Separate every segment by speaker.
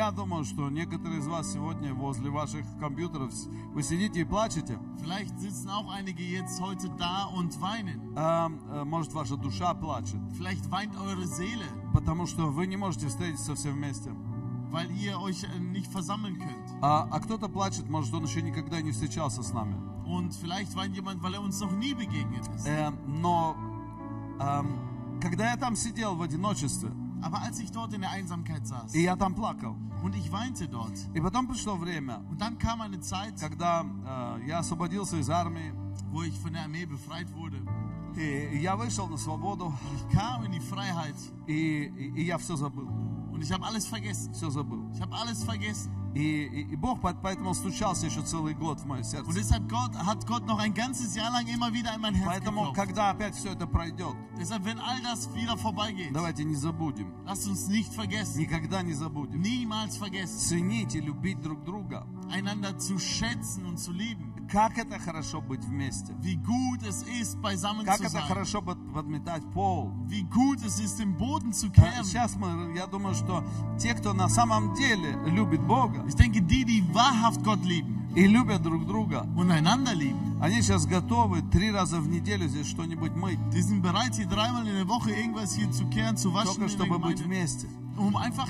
Speaker 1: Я думаю, что некоторые из вас сегодня возле ваших компьютеров с- вы сидите и плачете.
Speaker 2: Vielleicht sitzen auch einige jetzt heute da und weinen.
Speaker 1: Ам, э, Может, ваша душа плачет,
Speaker 2: Vielleicht weint eure Seele,
Speaker 1: потому что вы не можете встретиться все вместе.
Speaker 2: weil ihr euch äh, nicht versammeln könnt.
Speaker 1: А, а кто-то плачет, может, он еще никогда не встречался с нами.
Speaker 2: Und vielleicht weint jemand, weil er uns noch nie begegnet ist.
Speaker 1: Э, но ам, когда я там сидел в одиночестве,
Speaker 2: Aber als ich dort in der Einsamkeit saß
Speaker 1: и я там плакал,
Speaker 2: und ich weinte dort,
Speaker 1: и потом пришло время,
Speaker 2: und dann kam eine Zeit,
Speaker 1: когда э, я освободился из армии,
Speaker 2: wo ich von der Armee befreit wurde.
Speaker 1: и я вышел на свободу,
Speaker 2: Ich kam in die Freiheit
Speaker 1: и, и- и я все забыл,
Speaker 2: und ich habe alles vergessen.
Speaker 1: все забыл.
Speaker 2: Ich habe alles vergessen.
Speaker 1: И, и- и Бог по- поэтому стучался еще целый год в мое
Speaker 2: Und
Speaker 1: сердце.
Speaker 2: deshalb Gott, hat Gott noch ein ganzes Jahr lang immer wieder in mein Herz
Speaker 1: Поэтому,
Speaker 2: geklopft.
Speaker 1: когда опять все это пройдет,
Speaker 2: Deshalb, wenn all das wieder vorbeigeht,
Speaker 1: давайте не забудем,
Speaker 2: lasst uns nicht vergessen,
Speaker 1: никогда не забудем,
Speaker 2: niemals vergessen,
Speaker 1: ценить и любить друг друга.
Speaker 2: einander zu schätzen und zu lieben.
Speaker 1: Как это хорошо быть вместе.
Speaker 2: Wie gut es ist, beisammen
Speaker 1: Как
Speaker 2: zu
Speaker 1: это
Speaker 2: sein.
Speaker 1: хорошо под- подметать пол. А
Speaker 2: Wie gut es ist, den Boden zu kehren.
Speaker 1: Сейчас мы, я думаю, что те, кто на самом деле любит Бога
Speaker 2: Ich denke, die, die wahrhaft Gott lieben
Speaker 1: и любят друг друга,
Speaker 2: und einander lieben,
Speaker 1: они сейчас готовы три раза в неделю здесь что-нибудь мыть,
Speaker 2: die sind bereit, hier dreimal in der Woche irgendwas hier zu kehren, zu waschen,
Speaker 1: только
Speaker 2: in der
Speaker 1: чтобы быть
Speaker 2: Gemeinde,
Speaker 1: вместе,
Speaker 2: um einfach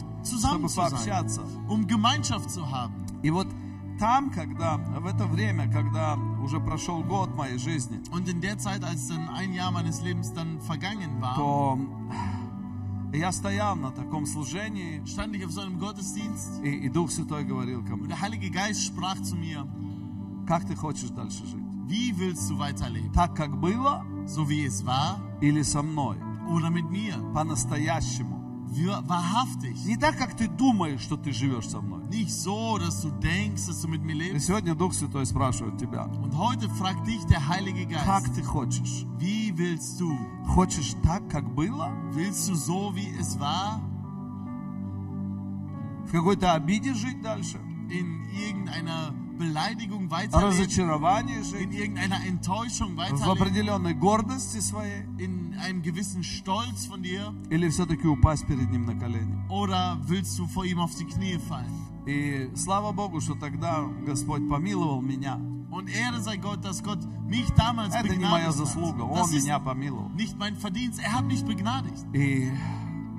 Speaker 1: чтобы
Speaker 2: zusammen zu sein,
Speaker 1: пообщаться.
Speaker 2: um Gemeinschaft zu haben.
Speaker 1: И вот там, когда, в это время, когда уже прошел год моей жизни,
Speaker 2: Und in der Zeit, als dann ein Jahr meines Lebens dann vergangen war,
Speaker 1: то я стоял на таком служении,
Speaker 2: stand ich auf so einem Gottesdienst
Speaker 1: и, и Дух Святой говорил ко
Speaker 2: und
Speaker 1: мне,
Speaker 2: der Heilige Geist sprach zu mir,
Speaker 1: как ты хочешь дальше жить?
Speaker 2: wie willst du weiterleben?
Speaker 1: Так, как было,
Speaker 2: So wie es war
Speaker 1: или со мной?
Speaker 2: oder mit mir?
Speaker 1: По-настоящему.
Speaker 2: Wir- Wahrhaftig.
Speaker 1: Не так, как ты думаешь, что ты живешь со мной.
Speaker 2: Nicht so, dass du denkst, dass du mit mir
Speaker 1: И
Speaker 2: lebst.
Speaker 1: сегодня Дух Святой спрашивает тебя,
Speaker 2: Und heute fragt dich der Heilige
Speaker 1: как
Speaker 2: Geist,
Speaker 1: ты хочешь?
Speaker 2: wie willst du?
Speaker 1: Хочешь так, как было?
Speaker 2: Willst du so, wie es war?
Speaker 1: В какой-то обиде жить дальше?
Speaker 2: In irgendeiner Beleidigung weiterleben?
Speaker 1: Разочарование жить?
Speaker 2: In irgendeiner Enttäuschung
Speaker 1: В
Speaker 2: weiterleben?
Speaker 1: определенной гордости своей?
Speaker 2: In einem gewissen Stolz von dir?
Speaker 1: Или все-таки упасть перед Ним на колени?
Speaker 2: Oder willst du vor ihm auf die Knie fallen?
Speaker 1: И слава Богу, что тогда Господь помиловал меня.
Speaker 2: Und Ehre sei Gott, dass Gott mich damals
Speaker 1: Это не моя
Speaker 2: begnadigt
Speaker 1: заслуга,
Speaker 2: hat.
Speaker 1: Он
Speaker 2: Das ist
Speaker 1: меня помиловал.
Speaker 2: nicht mein Verdienst, er hat mich begnadigt.
Speaker 1: И,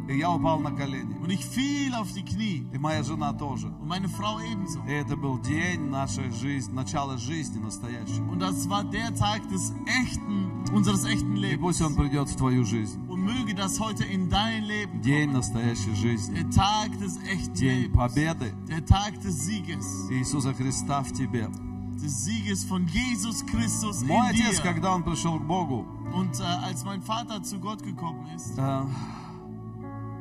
Speaker 1: и я упал на колени.
Speaker 2: Und ich fiel auf die Knie
Speaker 1: И моя жена тоже.
Speaker 2: und meine Frau ebenso.
Speaker 1: И это был день нашей жизни, начало жизни настоящей.
Speaker 2: Und das war der Tag des echten, unseres echten
Speaker 1: И пусть
Speaker 2: Lebens.
Speaker 1: он придет в твою жизнь.
Speaker 2: Und möge das heute in dein Leben
Speaker 1: День
Speaker 2: kommen.
Speaker 1: настоящей жизни.
Speaker 2: Der Tag des echten
Speaker 1: День
Speaker 2: Lebens.
Speaker 1: победы
Speaker 2: Der Tag des Sieges.
Speaker 1: Иисуса Христа в тебе.
Speaker 2: Des Sieges von Jesus Christus in
Speaker 1: Мой отец,
Speaker 2: dir.
Speaker 1: когда он пришел к Богу,
Speaker 2: Und äh, als mein Vater zu Gott gekommen ist,
Speaker 1: э,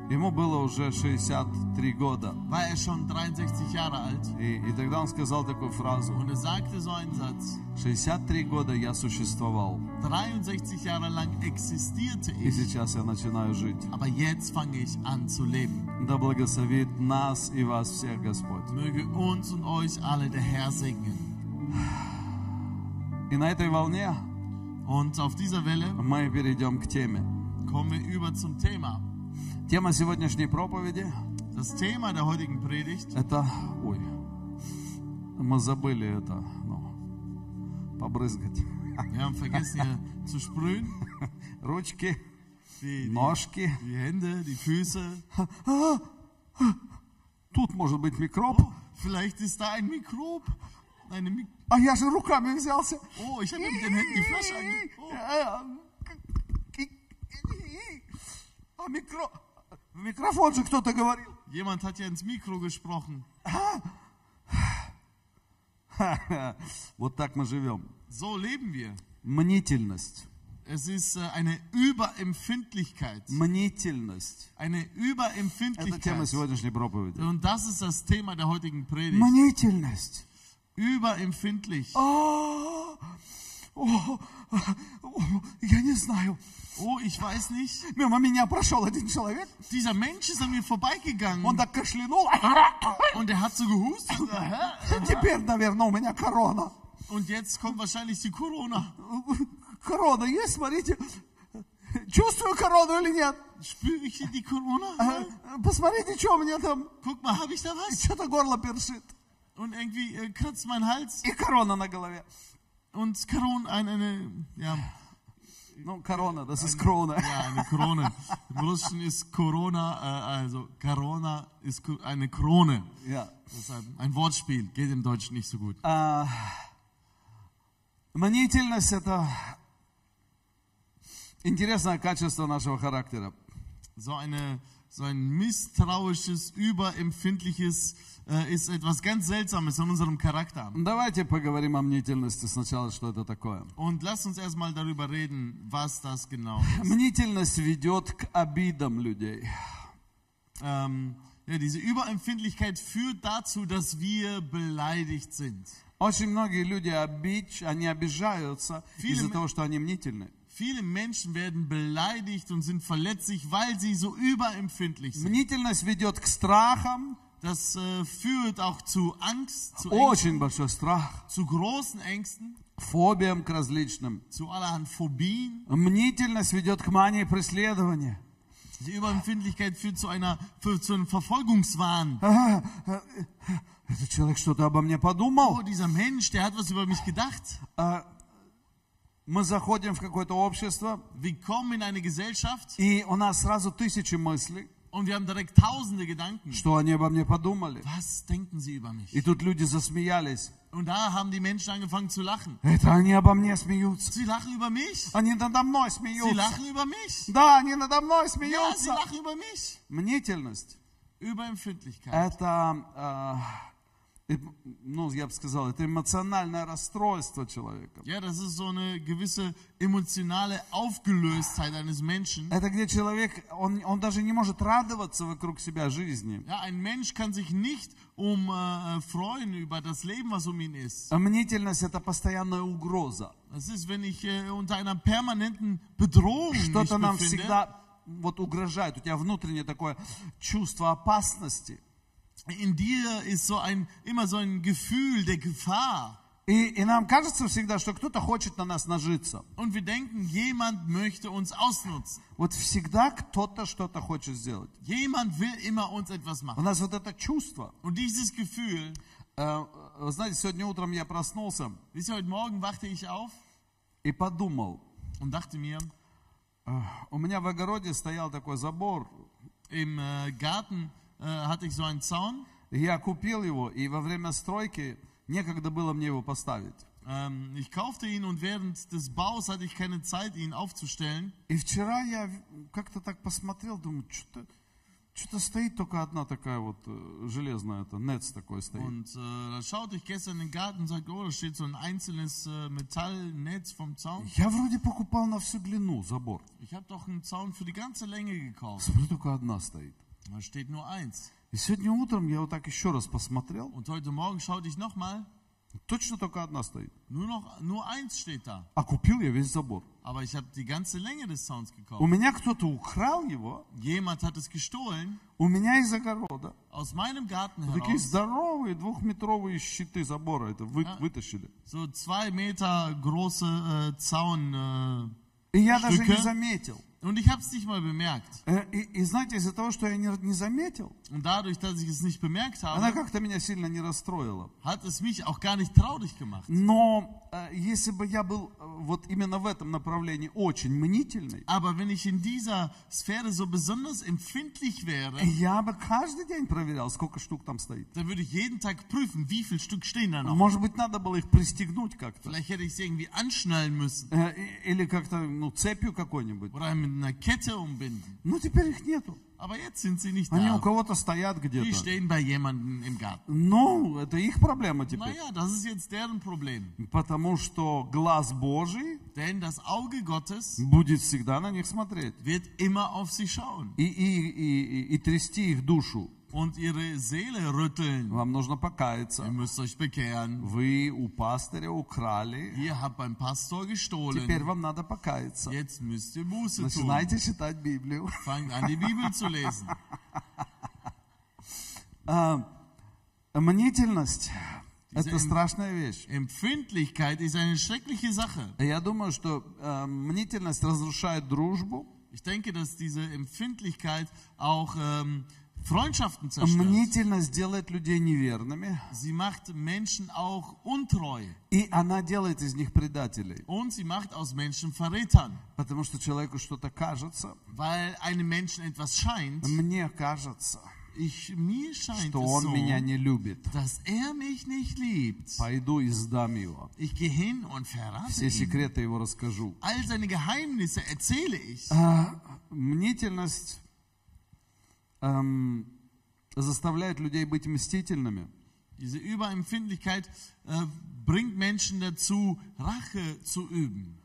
Speaker 1: ему было уже 63 года.
Speaker 2: war er schon 63 Jahre alt.
Speaker 1: И, и тогда он сказал такую фразу.
Speaker 2: Und er sagte so einen Satz.
Speaker 1: 63 года я существовал,
Speaker 2: 63 Jahre lang existierte
Speaker 1: и
Speaker 2: ich,
Speaker 1: сейчас я начинаю жить.
Speaker 2: aber jetzt fange ich an zu leben.
Speaker 1: Да благословит нас и вас всех Господь.
Speaker 2: Möge uns und euch alle der Herr segnen.
Speaker 1: И на этой волне
Speaker 2: Und auf dieser Welle
Speaker 1: мы перейдем к теме.
Speaker 2: kommen wir über zum Thema.
Speaker 1: Тема сегодняшней проповеди
Speaker 2: Das Thema der heutigen Predigt,
Speaker 1: это... Ой, мы забыли это, ну, побрызгать.
Speaker 2: wir haben vergessen hier zu sprühen,
Speaker 1: Ручки,
Speaker 2: die, die,
Speaker 1: ножки.
Speaker 2: die Hände, die Füße.
Speaker 1: Тут может быть микроб.
Speaker 2: Vielleicht ist da ein Mikrob. Eine Mik
Speaker 1: А я же руками взялся.
Speaker 2: oh, ich habe mit den Händen die Flasche ange... Oh.
Speaker 1: А микро... В микрофон же кто-то говорил.
Speaker 2: Jemand hat ja ins Mikro gesprochen.
Speaker 1: Вот так мы живем.
Speaker 2: So leben wir.
Speaker 1: Мнительность.
Speaker 2: Es ist äh, eine Überempfindlichkeit.
Speaker 1: Мнительность.
Speaker 2: Eine
Speaker 1: Это тема
Speaker 2: Überempfindlichkeit.
Speaker 1: сегодняшней проповеди.
Speaker 2: Und das ist das Thema der heutigen Predigt.
Speaker 1: Мнительность.
Speaker 2: Überempfindlich.
Speaker 1: А, о, о, Я не знаю.
Speaker 2: Oh, ich weiß nicht.
Speaker 1: Мимо меня прошел один человек.
Speaker 2: Dieser Mensch ist an mir vorbeigegangen.
Speaker 1: Он так кашлянул. А
Speaker 2: Und er hat so gehustet.
Speaker 1: Теперь, наверное, у меня корона.
Speaker 2: Und jetzt kommt wahrscheinlich die Corona.
Speaker 1: Корона есть, смотрите. Чувствую корону или нет?
Speaker 2: Spüre ich die Corona?
Speaker 1: Э, Посмотрите, что у меня там.
Speaker 2: Guck mal, habe ich da was?
Speaker 1: Что-то горло першит.
Speaker 2: Und irgendwie äh, kratzt mein Hals
Speaker 1: И корона на голове.
Speaker 2: und Corona, eine, eine, ja,
Speaker 1: Ну, корона, das ist Krone.
Speaker 2: ja, eine Krone. Im Russischen ist Corona, äh, also Corona ist Ko- eine Krone.
Speaker 1: Ja.
Speaker 2: Deshalb ein Wortspiel, geht im Deutschen nicht so gut.
Speaker 1: А, мнительность – это интересное качество нашего характера.
Speaker 2: So, eine, so ein misstrauisches, überempfindliches äh, ist etwas ganz Seltsames in unserem Charakter.
Speaker 1: Давайте поговорим о мнительности сначала, что это такое.
Speaker 2: Und lasst uns erstmal darüber reden, was das genau ist.
Speaker 1: Мнительность ведет к обидам людей.
Speaker 2: Ähm, ja, diese Überempfindlichkeit führt dazu, dass wir beleidigt sind.
Speaker 1: Очень многие люди обидч, они обижаются из-за
Speaker 2: Фильм-
Speaker 1: того, что они мнительны.
Speaker 2: Viele Menschen werden beleidigt und sind verletzlich, weil sie so überempfindlich sind.
Speaker 1: Мнительность ведет к страхам,
Speaker 2: Das äh, führt auch zu Angst, zu, Ängsten,
Speaker 1: очень большой страх,
Speaker 2: zu großen Ängsten,
Speaker 1: фобиям к различным.
Speaker 2: zu allerhand Phobien.
Speaker 1: Мнительность ведет к мании преследования.
Speaker 2: Die Überempfindlichkeit führt zu einer für, zu einem Verfolgungswahn.
Speaker 1: Этот человек что-то обо мне
Speaker 2: Oh,
Speaker 1: подумал.
Speaker 2: dieser Mensch, der hat was über mich gedacht.
Speaker 1: А, Мы заходим в какое-то общество,
Speaker 2: Wir kommen in eine Gesellschaft
Speaker 1: и у нас сразу тысячи мыслей,
Speaker 2: und wir haben direkt tausende Gedanken.
Speaker 1: что они обо мне подумали.
Speaker 2: Was denken sie über mich?
Speaker 1: И тут люди засмеялись.
Speaker 2: Und da haben die Menschen angefangen zu lachen.
Speaker 1: Это они обо мне смеются.
Speaker 2: Sie lachen über mich.
Speaker 1: Они надо мной
Speaker 2: Sie
Speaker 1: смеются.
Speaker 2: lachen über mich.
Speaker 1: Да, они надо мной
Speaker 2: Ja, sie
Speaker 1: смеются.
Speaker 2: lachen über mich.
Speaker 1: Мнительность –
Speaker 2: Überempfindlichkeit.
Speaker 1: это, а, э, ну, я бы сказал, это эмоциональное расстройство человека.
Speaker 2: Ja, das ist so eine gewisse emotionale Aufgelöstheit eines Menschen.
Speaker 1: Это где человек, он, он даже не может радоваться вокруг себя жизни.
Speaker 2: Ja, ein Mensch kann sich nicht um äh, freuen über das Leben, was um ihn ist.
Speaker 1: А Мнительность – это постоянная угроза.
Speaker 2: Das ist, wenn ich äh, unter einer permanenten Bedrohung mich
Speaker 1: Что-то нам
Speaker 2: befinde.
Speaker 1: всегда вот угрожает. У тебя внутреннее такое чувство опасности.
Speaker 2: In dir ist so ein immer so ein Gefühl der Gefahr.
Speaker 1: И, и нам кажется всегда, что кто-то хочет на нас нажиться.
Speaker 2: Und wir denken, jemand möchte uns ausnutzen.
Speaker 1: Вот всегда кто-то что-то хочет сделать.
Speaker 2: Jemand will immer uns etwas
Speaker 1: У
Speaker 2: machen.
Speaker 1: нас вот это чувство.
Speaker 2: Und dieses Gefühl,
Speaker 1: Э, Вы знаете, сегодня утром я проснулся
Speaker 2: wisst ihr, heute Morgen wachte ich auf
Speaker 1: и подумал.
Speaker 2: und dachte mir,
Speaker 1: У меня в огороде стоял такой забор.
Speaker 2: im äh, Garten äh, hatte ich so einen Zaun.
Speaker 1: И Я купил его, и во время стройки некогда было мне его поставить.
Speaker 2: Ähm, ich kaufte ihn und während des Baus hatte ich keine Zeit, ihn aufzustellen.
Speaker 1: И вчера я в- как-то так посмотрел, думаю, что-то что-то стоит только одна такая вот э, железная, это нец такой стоит.
Speaker 2: Und äh, da schaute ich gestern in den Garten und sagte, oh, da steht so ein einzelnes äh, Metallnetz vom Zaun.
Speaker 1: Я вроде покупал на всю длину забор.
Speaker 2: Ich habe doch einen Zaun für die ganze Länge gekauft.
Speaker 1: Смотрю, только одна стоит.
Speaker 2: Da steht nur eins.
Speaker 1: И сегодня утром я вот так еще раз посмотрел,
Speaker 2: Und heute Morgen schaute ich nochmal,
Speaker 1: точно только одна стоит.
Speaker 2: nur noch nur eins steht da.
Speaker 1: А купил я весь забор.
Speaker 2: Aber ich habe die ganze Länge des Zauns
Speaker 1: У
Speaker 2: gekauft.
Speaker 1: меня кто-то украл его,
Speaker 2: Jemand hat es gestohlen
Speaker 1: у меня из огорода.
Speaker 2: aus meinem Garten
Speaker 1: Такие
Speaker 2: heraus.
Speaker 1: здоровые двухметровые щиты забора это вы-
Speaker 2: А.
Speaker 1: вытащили.
Speaker 2: So zwei Meter große äh, Zaun. Äh,
Speaker 1: И я даже не
Speaker 2: Штука.
Speaker 1: заметил.
Speaker 2: und ich habe es nicht mal bemerkt.
Speaker 1: Э, И, и знаете, из-за того, что я не, не заметил,
Speaker 2: Und dadurch, dass ich es nicht bemerkt
Speaker 1: Она
Speaker 2: habe,
Speaker 1: как-то меня сильно не расстроила.
Speaker 2: hat es mich auch gar nicht traurig gemacht.
Speaker 1: Но э, если бы я был э, вот именно в этом направлении очень мнительный,
Speaker 2: Aber wenn ich in dieser Sphäre so besonders empfindlich wäre,
Speaker 1: я бы каждый день проверял, сколько штук там стоит.
Speaker 2: dann würde ich jeden Tag prüfen, wie viel Stück stehen da noch.
Speaker 1: Может быть, надо было их пристегнуть как-то.
Speaker 2: Vielleicht hätte ich sie irgendwie anschnallen müssen
Speaker 1: Э, и- Или как-то, ну, цепью какой-нибудь.
Speaker 2: oder mit einer Kette umbinden.
Speaker 1: Ну, теперь их нету.
Speaker 2: Aber jetzt sind sie nicht
Speaker 1: Они у
Speaker 2: da.
Speaker 1: кого-то стоят
Speaker 2: Die
Speaker 1: где-то.
Speaker 2: stehen bei jemandem im Garten.
Speaker 1: Ну, это их проблема теперь.
Speaker 2: Naja, das ist jetzt deren Problem.
Speaker 1: Потому что глаз Божий
Speaker 2: Denn das Auge Gottes
Speaker 1: будет всегда на них смотреть.
Speaker 2: wird immer auf sie schauen
Speaker 1: И, и, и, и- и трясти их душу.
Speaker 2: und ihre Seele rütteln.
Speaker 1: Вам нужно покаяться.
Speaker 2: Ihr müsst euch bekehren.
Speaker 1: Вы у пастыря украли,
Speaker 2: Ihr habt beim Pastor
Speaker 1: теперь
Speaker 2: gestohlen.
Speaker 1: вам надо покаяться.
Speaker 2: Jetzt müsst ihr Buße tun.
Speaker 1: Начинайте читать Библию.
Speaker 2: Fangt an, die Bibel zu lesen.
Speaker 1: Мнительность – это
Speaker 2: Diese-
Speaker 1: страшная вещь.
Speaker 2: Empfindlichkeit ist eine schreckliche Sache.
Speaker 1: Я думаю, что э, мнительность разрушает дружбу,
Speaker 2: Ich denke, dass diese Empfindlichkeit auch ähm, Freundschaften zerstört.
Speaker 1: Мнительность делает людей неверными,
Speaker 2: Sie macht Menschen auch untreu
Speaker 1: и она делает из них предателей.
Speaker 2: und sie macht aus Menschen Verrätern,
Speaker 1: Потому что человеку что-то кажется,
Speaker 2: weil einem Menschen etwas scheint.
Speaker 1: мне кажется,
Speaker 2: Ich, mir scheint
Speaker 1: что
Speaker 2: es
Speaker 1: он меня
Speaker 2: so,
Speaker 1: не любит.
Speaker 2: dass er mich nicht liebt.
Speaker 1: Пойду и сдам его.
Speaker 2: Ich gehe hin und verrate
Speaker 1: Все
Speaker 2: ihn.
Speaker 1: секреты его расскажу.
Speaker 2: All seine Geheimnisse erzähle ich.
Speaker 1: Мнительность эм, заставляет людей быть мстительными.
Speaker 2: Diese Überempfindlichkeit äh, bringt Menschen dazu, Rache zu üben.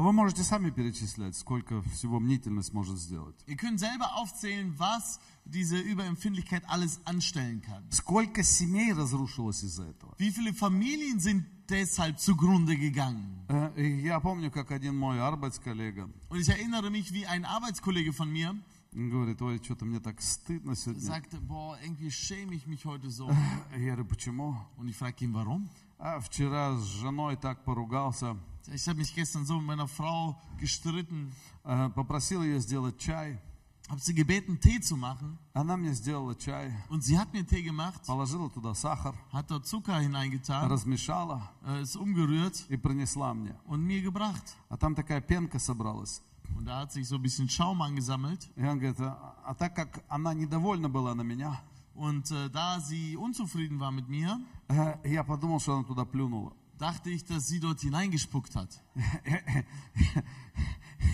Speaker 1: Вы можете сами перечислять, сколько всего мнительность может сделать.
Speaker 2: Ihr könnt selber aufzählen, was diese Überempfindlichkeit alles anstellen kann.
Speaker 1: Сколько семей разрушилось из-за этого.
Speaker 2: Wie viele Familien sind deshalb zugrunde gegangen?
Speaker 1: Э, и Я помню, как один мой арбатсколлега
Speaker 2: Und ich erinnere mich, wie ein Arbeitskollege von mir
Speaker 1: говорит, ой, что-то мне так стыдно сегодня.
Speaker 2: sagte, boah, irgendwie schäme ich mich heute so.
Speaker 1: Я говорю, почему?
Speaker 2: Und ich fragte ihn, warum?
Speaker 1: А вчера с женой так поругался,
Speaker 2: Ich habe mich gestern so mit meiner Frau gestritten,
Speaker 1: э, попросил ее сделать чай.
Speaker 2: habe sie gebeten, Tee zu machen.
Speaker 1: Она мне сделала чай,
Speaker 2: Und sie hat mir Tee gemacht,
Speaker 1: положила туда сахар,
Speaker 2: hat dort Zucker hineingetan,
Speaker 1: размешала
Speaker 2: äh, ist umgerührt
Speaker 1: и принесла мне.
Speaker 2: und mir gebracht.
Speaker 1: А там такая пенка собралась.
Speaker 2: Und da hat sich so ein bisschen Schaum angesammelt.
Speaker 1: И он говорит, а а так как она недовольна была на меня,
Speaker 2: Und äh, da sie unzufrieden war mit mir,
Speaker 1: э, я подумал, что она туда плюнула.
Speaker 2: dachte ich, dass sie dort hineingespuckt hat.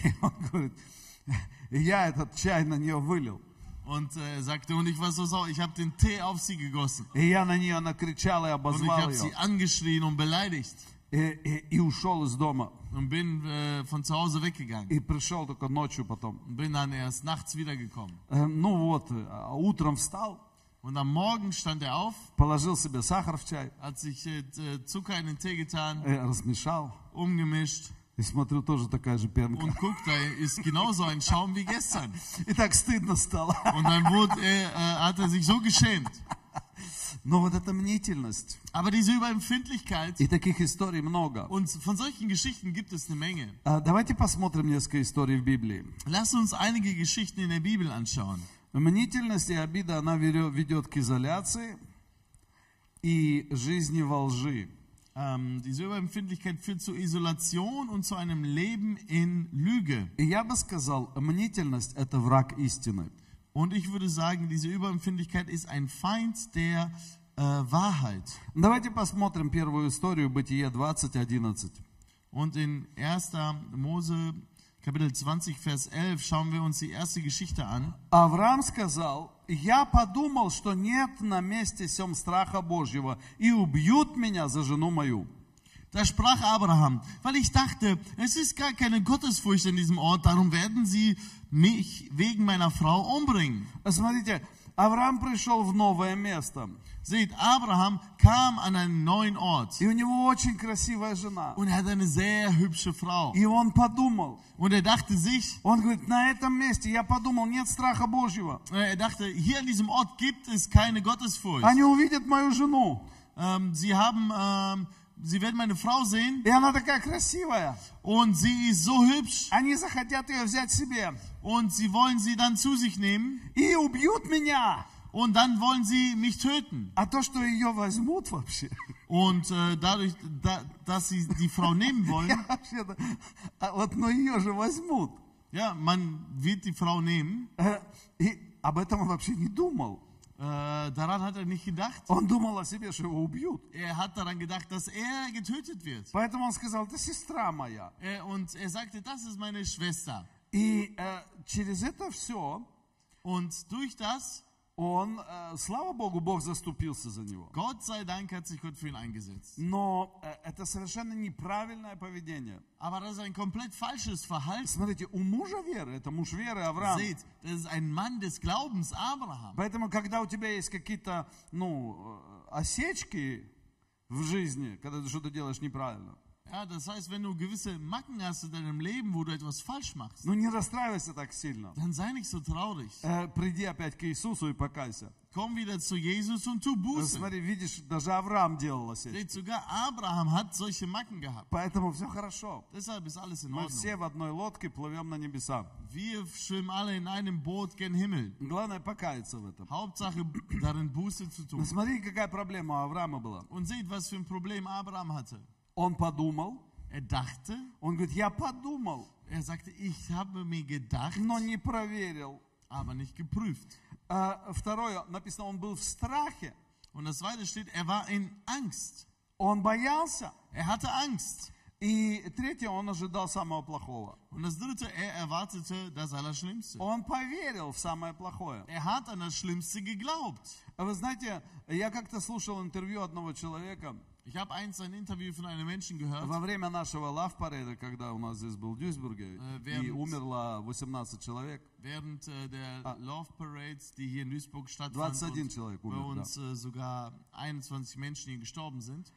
Speaker 1: И он говорит, я этот чай на нее вылил.
Speaker 2: Und äh, er sagte, und ich war so sauer, ich habe den Tee auf sie gegossen.
Speaker 1: И я на нее накричал и
Speaker 2: Und ich
Speaker 1: обозвал
Speaker 2: habe sie
Speaker 1: ее.
Speaker 2: angeschrien und beleidigt.
Speaker 1: И, и- и ушел из дома.
Speaker 2: Und bin äh, von zu Hause weggegangen.
Speaker 1: И пришел только ночью потом.
Speaker 2: Und bin dann erst nachts wiedergekommen.
Speaker 1: Э, Ну вот, э, а утром встал,
Speaker 2: Und am Morgen stand er auf,
Speaker 1: положил себе сахар в чай,
Speaker 2: hat sich äh, äh, Zucker in den Tee getan,
Speaker 1: э, размешал.
Speaker 2: umgemischt
Speaker 1: И смотрю, тоже такая же пенка.
Speaker 2: und guck, da ist genauso ein Schaum wie gestern.
Speaker 1: И так стыдно стало.
Speaker 2: Und dann wurde er, äh, hat er sich so geschämt.
Speaker 1: Но вот эта мнительность.
Speaker 2: Aber diese Überempfindlichkeit
Speaker 1: И таких историй много.
Speaker 2: Und von solchen Geschichten gibt es eine Menge.
Speaker 1: А, Давайте посмотрим несколько историй в Библии.
Speaker 2: Lass uns einige Geschichten in der Bibel anschauen.
Speaker 1: Мнительность и обида, она верё- ведет к изоляции и жизни во лжи.
Speaker 2: Ähm, diese Überempfindlichkeit führt zu Isolation und zu einem Leben in Lüge.
Speaker 1: И я бы сказал, мнительность – это враг истины.
Speaker 2: Und ich würde sagen, diese Überempfindlichkeit ist ein Feind der äh, Wahrheit.
Speaker 1: Давайте посмотрим первую историю, Бытие 20, 11.
Speaker 2: Und in 1. Mose Kapitel 20, Vers 11 schauen wir uns die erste Geschichte an.
Speaker 1: Авраам сказал, «Я подумал, что нет на месте сем страха Божьего, и убьют меня за жену мою».
Speaker 2: Da sprach Abraham, weil ich dachte, es ist gar keine Gottesfurcht in diesem Ort, darum werden sie mich wegen meiner Frau umbringen.
Speaker 1: Смотрите, Авраам пришел в новое место,
Speaker 2: Seht, Abraham kam an einen neuen Ort
Speaker 1: и у него очень красивая жена.
Speaker 2: und er hat eine sehr hübsche Frau.
Speaker 1: И он подумал,
Speaker 2: Und er dachte sich,
Speaker 1: Он говорит, на этом месте, я подумал, нет страха Божьего.
Speaker 2: äh, er dachte, hier an diesem Ort gibt es keine Gottesfurcht.
Speaker 1: Они увидят мою жену,
Speaker 2: Ähm, sie haben, ähm, sie werden meine Frau sehen
Speaker 1: и она такая красивая.
Speaker 2: und sie ist so hübsch
Speaker 1: Они захотят ее взять себе
Speaker 2: und sie wollen sie dann zu sich nehmen
Speaker 1: и убьют меня.
Speaker 2: und dann wollen sie mich töten.
Speaker 1: А то, что ее возьмут вообще,
Speaker 2: Und äh, dadurch, da, dass sie die Frau nehmen wollen,
Speaker 1: я вообще-то, а вот, но ее же возьмут.
Speaker 2: ja, man wird die Frau nehmen.
Speaker 1: Э, И об этом он вообще не думал.
Speaker 2: Äh, daran hat er nicht gedacht.
Speaker 1: Он думал о себе, что его убьют.
Speaker 2: Er hat daran gedacht, dass er getötet wird.
Speaker 1: Поэтому он сказал, это сестра моя.
Speaker 2: Äh, Und er sagte, das ist meine Schwester.
Speaker 1: И э, через это все
Speaker 2: Und durch das,
Speaker 1: он, э, слава Богу, Бог заступился за него.
Speaker 2: Gott sei Dank, hat sich Gott für ihn eingesetzt.
Speaker 1: Но э, это совершенно неправильное поведение.
Speaker 2: Aber das ist ein komplett falsches Verhalten.
Speaker 1: Смотрите, у мужа веры, это муж веры Авраам.
Speaker 2: Seht, das ist ein Mann des Glaubens, Abraham.
Speaker 1: Поэтому, когда у тебя есть какие-то, ну, э, осечки в жизни, когда ты что-то делаешь неправильно,
Speaker 2: Ja, das heißt, wenn du gewisse Macken hast in deinem Leben, wo du etwas falsch machst,
Speaker 1: Ну не расстраивайся так сильно.
Speaker 2: dann sei nicht so traurig.
Speaker 1: Э, Приди опять к Иисусу и покайся.
Speaker 2: Komm wieder zu Jesus und tu
Speaker 1: Э,
Speaker 2: Buße.
Speaker 1: Смотри, видишь, даже Авраам делал сеть.
Speaker 2: Seht, sogar Abraham hat solche Macken gehabt.
Speaker 1: Поэтому все хорошо.
Speaker 2: Deshalb ist alles in
Speaker 1: Мы
Speaker 2: Ordnung.
Speaker 1: все в одной лодке плывем на небеса.
Speaker 2: Wir schwimmen alle in einem Boot gen Himmel.
Speaker 1: Главное покаяться в этом.
Speaker 2: Hauptsache darin Buße zu
Speaker 1: Но
Speaker 2: tun.
Speaker 1: смотри, какая проблема у Авраама была.
Speaker 2: Und seht, was für ein Problem Abraham hatte.
Speaker 1: Он подумал.
Speaker 2: Er dachte,
Speaker 1: Он говорит, я подумал,
Speaker 2: er sagte, ich habe mir gedacht,
Speaker 1: но не проверил.
Speaker 2: aber nicht geprüft.
Speaker 1: А, второе, написано, он был в страхе.
Speaker 2: Und das zweite steht, er war in Angst.
Speaker 1: Он боялся.
Speaker 2: Er hatte Angst.
Speaker 1: И третье, он ожидал самого плохого.
Speaker 2: Und das dritte, er erwartete das Allerschlimmste.
Speaker 1: Он поверил в самое плохое.
Speaker 2: Er hat an das Schlimmste geglaubt.
Speaker 1: А Вы знаете, я как-то слушал интервью одного человека
Speaker 2: Ich habe einst ein Interview von einem Menschen
Speaker 1: во
Speaker 2: gehört.
Speaker 1: время нашего лав-пареда, когда у нас здесь был в Дюйсбурге,
Speaker 2: Э,
Speaker 1: и
Speaker 2: верно.
Speaker 1: умерло 18 человек.
Speaker 2: Während äh, der Love Parades, die hier in Duisburg
Speaker 1: 21
Speaker 2: stattfanden,
Speaker 1: человек
Speaker 2: bei
Speaker 1: умер, да.
Speaker 2: uns äh, sogar 21 Menschen hier gestorben sind,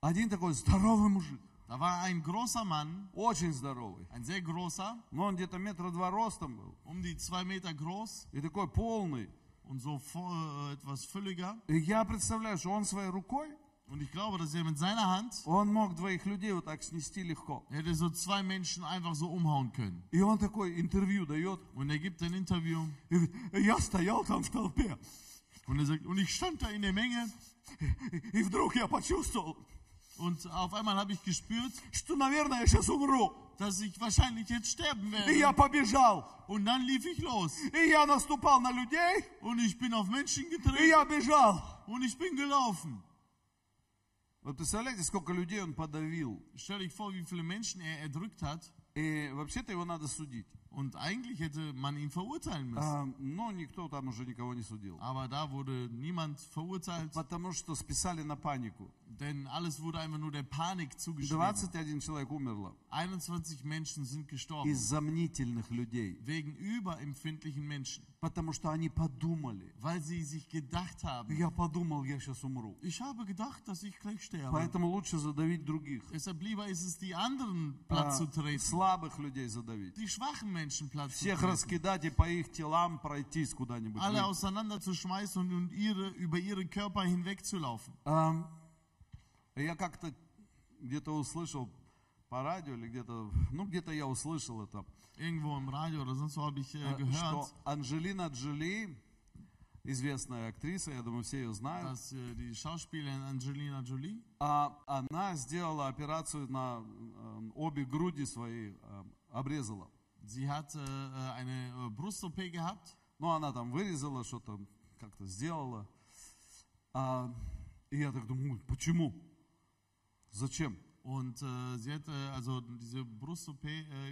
Speaker 1: Один такой здоровый мужик,
Speaker 2: da war ein großer Mann,
Speaker 1: очень здоровый.
Speaker 2: ein sehr großer,
Speaker 1: Но он где-то метра два ростом был.
Speaker 2: um die zwei Meter groß
Speaker 1: И такой полный.
Speaker 2: und so voll, äh, etwas fülliger.
Speaker 1: И я представляю, что он своей рукой,
Speaker 2: Und ich glaube, dass er mit seiner Hand
Speaker 1: он мог двоих людей вот так снести легко.
Speaker 2: hätte so zwei Menschen einfach so umhauen können.
Speaker 1: И он такой интервью дает.
Speaker 2: Und er gibt ein Interview
Speaker 1: И говорит, я стоял там в толпе.
Speaker 2: und er sagt, und ich stand da in der Menge
Speaker 1: И вдруг я почувствовал,
Speaker 2: und auf einmal habe ich gespürt,
Speaker 1: что, наверное, я сейчас умру.
Speaker 2: dass ich wahrscheinlich jetzt sterben
Speaker 1: И я
Speaker 2: werde.
Speaker 1: побежал.
Speaker 2: Und dann lief ich los
Speaker 1: И я наступал на людей.
Speaker 2: und ich bin auf Menschen
Speaker 1: И
Speaker 2: getreten
Speaker 1: я бежал.
Speaker 2: und ich bin gelaufen.
Speaker 1: Вы представляете, сколько людей он подавил.
Speaker 2: Stell dich vor, wie viele Menschen er erdrückt hat.
Speaker 1: И вообще-то его надо судить.
Speaker 2: Und eigentlich hätte man ihn verurteilen müssen.
Speaker 1: А, но никто там уже никого не судил.
Speaker 2: Aber da wurde niemand verurteilt,
Speaker 1: Потому что списали на панику.
Speaker 2: denn alles wurde einfach nur der Panik zugeschrieben.
Speaker 1: 21 человек умерло
Speaker 2: 21 Menschen sind gestorben
Speaker 1: из-за мнительных людей.
Speaker 2: wegen überempfindlichen Menschen,
Speaker 1: Потому что они подумали.
Speaker 2: weil sie sich gedacht haben,
Speaker 1: Я подумал, я сейчас умру.
Speaker 2: ich habe gedacht, dass ich gleich sterbe.
Speaker 1: Поэтому лучше задавить других.
Speaker 2: Deshalb lieber ist es, die anderen
Speaker 1: А,
Speaker 2: Platz zu treten,
Speaker 1: слабых людей задавить.
Speaker 2: die schwachen Menschen Platz zu
Speaker 1: Всех
Speaker 2: treten,
Speaker 1: раскидать и по их телам пройтись куда-нибудь.
Speaker 2: alle auseinanderzuschmeißen und ihre, über ihre Körper hinwegzulaufen.
Speaker 1: Ам, я как-то где-то услышал по радио или где-то, ну где-то я услышал это,
Speaker 2: Irgendwo im Radio oder sonst wo habe ich äh,
Speaker 1: э, что
Speaker 2: gehört,
Speaker 1: Анжелина Джоли, известная актриса, я думаю, все ее знают,
Speaker 2: dass äh, die Schauspielerin Angelina Jolie,
Speaker 1: а она сделала операцию на э, обе груди свои, э, обрезала.
Speaker 2: sie hat äh, äh, eine äh, Brust-OP gehabt
Speaker 1: Ну, она там вырезала что-то, как-то сделала. А, и я так думаю, «Ой, почему? Зачем?
Speaker 2: und äh, sie hat äh, also diese Brust-OP äh,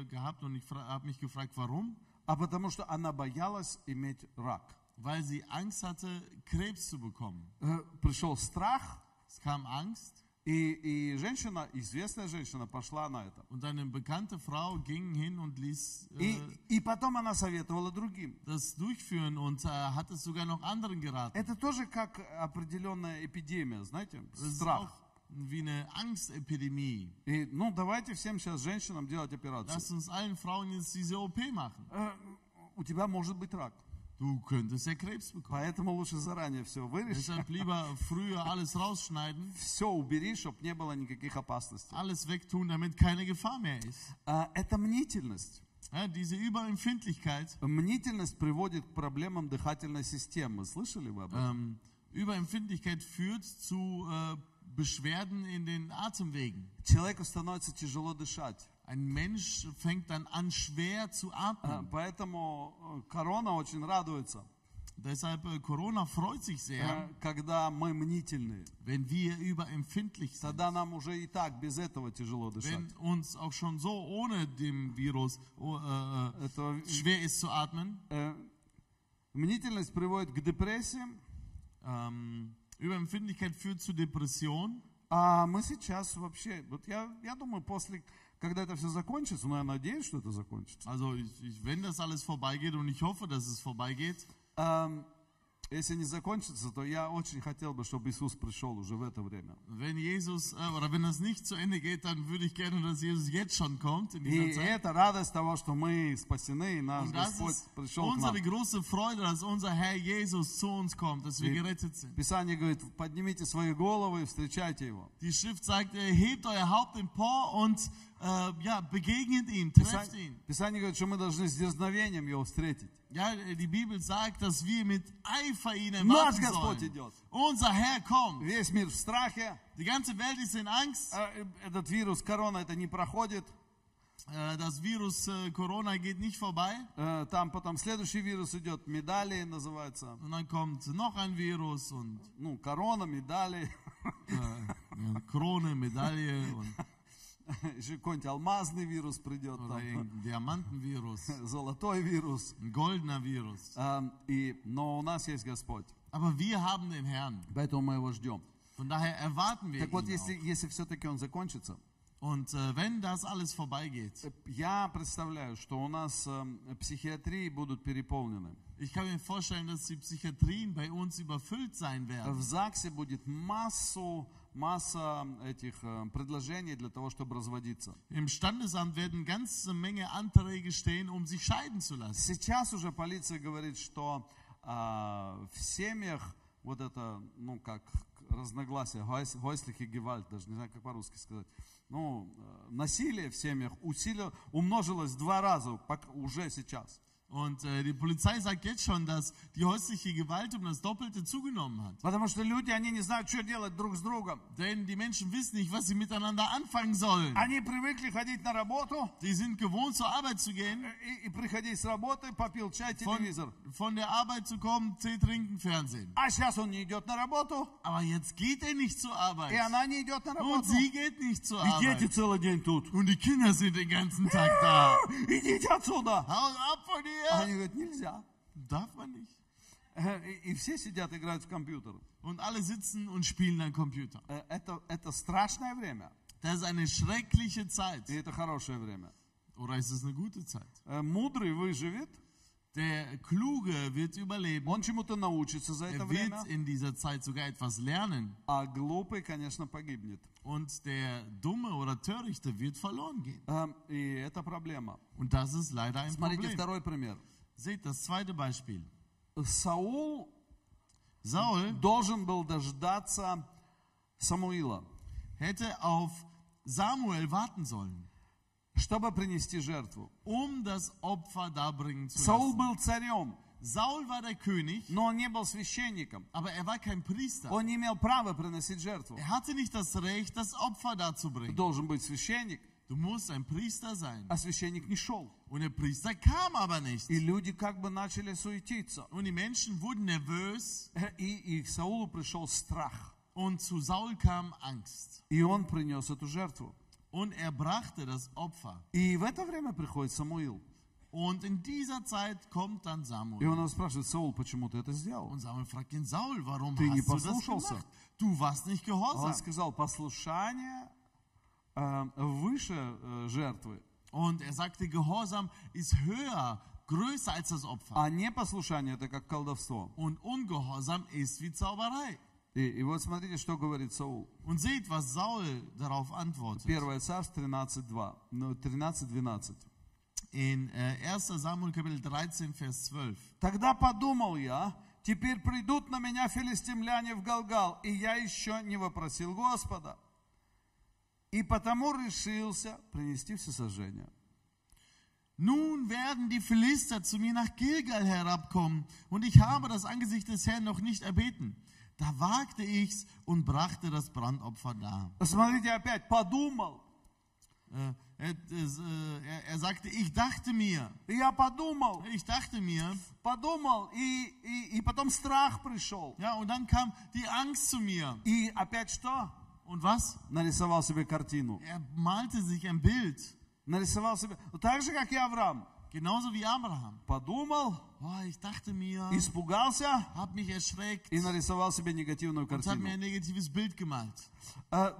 Speaker 2: äh, gehabt und ich habe mich gefragt, warum?
Speaker 1: А потому что она боялась иметь рак.
Speaker 2: Weil sie Angst hatte, Krebs zu bekommen.
Speaker 1: Э, Пришел страх,
Speaker 2: Es kam Angst
Speaker 1: и, и женщина, известная женщина, пошла на это.
Speaker 2: und eine bekannte Frau ging hin und ließ
Speaker 1: И,
Speaker 2: äh,
Speaker 1: и потом она советовала другим.
Speaker 2: das durchführen und äh, hat es sogar noch anderen geraten.
Speaker 1: Это тоже как определенная эпидемия, знаете,
Speaker 2: Das ist
Speaker 1: страх.
Speaker 2: auch wie eine Angstepidemie.
Speaker 1: И, ну, давайте всем сейчас женщинам делать операцию.
Speaker 2: Lass uns allen Frauen jetzt diese OP machen.
Speaker 1: Э, У тебя может быть рак.
Speaker 2: Du könntest ja Krebs bekommen.
Speaker 1: Поэтому лучше заранее все вырежь.
Speaker 2: Deshalb lieber früher alles rausschneiden,
Speaker 1: все убери, чтобы не было никаких опасностей.
Speaker 2: alles wegtun, damit keine Gefahr mehr ist.
Speaker 1: А, это мнительность.
Speaker 2: Ja, diese Überempfindlichkeit,
Speaker 1: Мнительность приводит к проблемам дыхательной системы. Слышали вы об этом?
Speaker 2: ähm, Überempfindlichkeit führt zu äh, Beschwerden in den Atemwegen.
Speaker 1: Человеку становится тяжело дышать.
Speaker 2: Ein Mensch fängt dann an, schwer zu
Speaker 1: А, А.
Speaker 2: atmen.
Speaker 1: Поэтому э, корона очень радуется,
Speaker 2: Deshalb, äh, Corona freut sich sehr,
Speaker 1: э, когда мы мнительные.
Speaker 2: wenn wir überempfindlich sind.
Speaker 1: Тогда нам уже и так без этого тяжело дышать.
Speaker 2: Wenn uns auch schon so ohne dem Virus oh, äh,
Speaker 1: Это,
Speaker 2: äh, schwer ist zu atmen.
Speaker 1: э, мнительность приводит к депрессиям.
Speaker 2: Ähm, Überempfindlichkeit führt zu Depression.
Speaker 1: А мы сейчас вообще, вот я, я думаю, после, когда это все закончится, но я надеюсь, что это закончится,
Speaker 2: Also ich, ich, wenn das alles vorbeigeht und ich hoffe, dass es vorbeigeht,
Speaker 1: Эм, Если не закончится, то я очень хотел бы, чтобы Иисус пришел уже в это время.
Speaker 2: Wenn Jesus, äh, oder wenn das nicht zu Ende geht, dann würde ich gerne, dass Jesus jetzt schon kommt in
Speaker 1: И
Speaker 2: dieser Zeit.
Speaker 1: это радость того, что мы спасены, и наш
Speaker 2: Und das
Speaker 1: Господь
Speaker 2: ist
Speaker 1: пришел к нам.
Speaker 2: unsere große Freude, dass unser Herr Jesus zu uns kommt, dass wir
Speaker 1: Die-
Speaker 2: gerettet sind.
Speaker 1: Писание говорит, поднимите свои головы и встречайте Его.
Speaker 2: Die Schrift sagt, äh, hebt euer Haupt empor und äh, ja, begegnet ihn, trefft
Speaker 1: Писание,
Speaker 2: ihn.
Speaker 1: Писание говорит, что мы должны с дерзновением Его встретить.
Speaker 2: Ja, äh, die Bibel sagt, dass wir mit Eifer ihn
Speaker 1: Наш
Speaker 2: erwarten
Speaker 1: Господь
Speaker 2: sollen.
Speaker 1: идет.
Speaker 2: Unser Herr kommt.
Speaker 1: Весь мир в страхе.
Speaker 2: Die ganze Welt ist in Angst.
Speaker 1: А, э, Этот вирус, корона, это не проходит.
Speaker 2: Äh, das Virus äh, Corona geht nicht vorbei.
Speaker 1: Э, Там потом следующий вирус идет, медали называется.
Speaker 2: Und dann kommt noch ein Virus und
Speaker 1: Ну, корона, медали,
Speaker 2: ja, Krone, Medaille und
Speaker 1: еще какой-нибудь алмазный вирus придет,
Speaker 2: oder
Speaker 1: там,
Speaker 2: ein Diamantenvirus,
Speaker 1: золотой вирус.
Speaker 2: ein goldener Virus.
Speaker 1: А, И, но у нас есть Господь,
Speaker 2: Aber wir haben den Herrn.
Speaker 1: поэтому мы Его ждем.
Speaker 2: Von daher erwarten wir
Speaker 1: Так вот,
Speaker 2: ihn.
Speaker 1: если, если все-таки он закончится,
Speaker 2: Auch. Und äh, wenn das alles vorbeigeht,
Speaker 1: я представляю, что у нас эм, психиатрии будут переполнены.
Speaker 2: ich kann mir vorstellen, dass die Psychiatrien bei uns überfüllt sein
Speaker 1: В
Speaker 2: werden.
Speaker 1: ЗАГСе будет массу, масса этих э, предложений для того, чтобы разводиться.
Speaker 2: Im Standesamt werden ganze Menge Anträge stehen, um sich scheiden zu lassen.
Speaker 1: Сейчас уже полиция говорит, что а, в семьях вот это, ну как разногласие, гойс- гойслих и гевальт, даже не знаю, как по-русски сказать, ну, э, насилие в семьях усилило, умножилось в два раза пок- уже сейчас.
Speaker 2: Und äh, die Polizei sagt jetzt schon, dass die häusliche Gewalt um das Doppelte zugenommen hat.
Speaker 1: Потому что люди, они не знают, что делать друг с другом.
Speaker 2: Denn die Menschen wissen nicht, was sie miteinander anfangen sollen.
Speaker 1: Они привыкли ходить на работу
Speaker 2: Die sind gewohnt, zur Arbeit zu gehen,
Speaker 1: и, и приходить с работы, попил чай, телевизор.
Speaker 2: von, von der Arbeit zu kommen, Tee trinken, Fernsehen.
Speaker 1: А сейчас он не идет на работу,
Speaker 2: Aber jetzt geht er nicht zur
Speaker 1: и
Speaker 2: Arbeit.
Speaker 1: она не идет на
Speaker 2: Und
Speaker 1: работу.
Speaker 2: sie geht nicht zur Arbeit.
Speaker 1: Ну, целый день тут.
Speaker 2: Und die Kinder sind den ganzen Tag da.
Speaker 1: Идите отсюда.
Speaker 2: Haut ab von
Speaker 1: А
Speaker 2: ihr!
Speaker 1: Они говорят, нельзя.
Speaker 2: Darf man nicht.
Speaker 1: Э, И, и все сидят, играют в компьютер.
Speaker 2: Und alle sitzen und spielen am Computer.
Speaker 1: Э, Это, это страшное время,
Speaker 2: Das ist eine schreckliche Zeit.
Speaker 1: и это хорошее время.
Speaker 2: Oder ist es eine gute Zeit?
Speaker 1: Э, Мудрый выживет,
Speaker 2: Der Kluge wird überleben.
Speaker 1: он чему-то научится за это
Speaker 2: Er wird
Speaker 1: время,
Speaker 2: in dieser Zeit sogar etwas lernen.
Speaker 1: а глупый, конечно, погибнет.
Speaker 2: Und der Dumme oder Törichte wird verloren gehen.
Speaker 1: Э, И это проблема.
Speaker 2: Und das ist leider ein
Speaker 1: Смотрите
Speaker 2: Problem.
Speaker 1: второй пример.
Speaker 2: Seht das zweite Beispiel.
Speaker 1: Саул
Speaker 2: Saul
Speaker 1: должен был дождаться Самуила,
Speaker 2: hätte auf Samuel warten sollen,
Speaker 1: чтобы принести жертву.
Speaker 2: um das Opfer darbringen zu
Speaker 1: Саул
Speaker 2: lassen.
Speaker 1: был царем,
Speaker 2: Saul war der König,
Speaker 1: но он не был священником.
Speaker 2: aber er war kein Priester.
Speaker 1: Он не имел права приносить жертву.
Speaker 2: Er hatte nicht das Recht, das Opfer darzubringen.
Speaker 1: Должен быть священник,
Speaker 2: Du musst ein Priester sein.
Speaker 1: а священник не шел.
Speaker 2: Und der Priester kam aber nicht.
Speaker 1: И люди как бы начали суетиться. Э,
Speaker 2: Und die Menschen wurden nervös
Speaker 1: И, и к Саулу пришел страх.
Speaker 2: und zu Saul kam Angst.
Speaker 1: И он принес эту жертву.
Speaker 2: Und er brachte das Opfer.
Speaker 1: И в это время приходит Самуил.
Speaker 2: Und in dieser Zeit kommt dann
Speaker 1: И
Speaker 2: Samuel.
Speaker 1: он его спрашивает, Саул, почему ты это сделал?
Speaker 2: Und Samuel fragt ihn, Saul, warum
Speaker 1: Ты не
Speaker 2: hast du das
Speaker 1: послушался?
Speaker 2: gemacht? Du warst nicht
Speaker 1: А Он
Speaker 2: gehorsam.
Speaker 1: сказал, послушание э, выше э, жертвы,
Speaker 2: Und er sagte, Gehorsam ist höher, größer als das Opfer.
Speaker 1: а непослушание – это как колдовство.
Speaker 2: Und Ungehorsam ist wie Zauberei.
Speaker 1: И, и вот смотрите, что говорит Саул.
Speaker 2: Und seht, was Saul darauf antwortet.
Speaker 1: 1 Царств 13.2, ну, 13.12.
Speaker 2: In äh, 1 Samuel Kapitel 13, Vers 12.
Speaker 1: «Тогда подумал я, теперь придут на меня филистимляне в Галгал, и я еще не вопросил Господа. И потому решился принести всесожжение».
Speaker 2: Nun werden die Philister zu mir nach Gilgal herabkommen, und ich habe das Angesicht des Herrn noch nicht erbeten. Da wagte ich's und brachte das Brandopfer dar.
Speaker 1: Смотрите опять, подумал.
Speaker 2: Äh, er, äh, er, er sagte, ich dachte mir,
Speaker 1: И Я подумал,
Speaker 2: ich dachte mir,
Speaker 1: подумал, и, и, и потом страх пришел.
Speaker 2: ja, und dann kam die Angst zu mir.
Speaker 1: И опять что?
Speaker 2: Und was?
Speaker 1: Нарисовал себе картину.
Speaker 2: Er malte sich ein Bild,
Speaker 1: Нарисовал себе. Так же, как и Авраам.
Speaker 2: genauso wie Abraham.
Speaker 1: Подумал,
Speaker 2: Boah, ich dachte mir,
Speaker 1: испугался
Speaker 2: hab mich erschreckt
Speaker 1: и нарисовал себе негативную
Speaker 2: und hat mir
Speaker 1: картину.
Speaker 2: ein negatives Bild gemalt.
Speaker 1: А,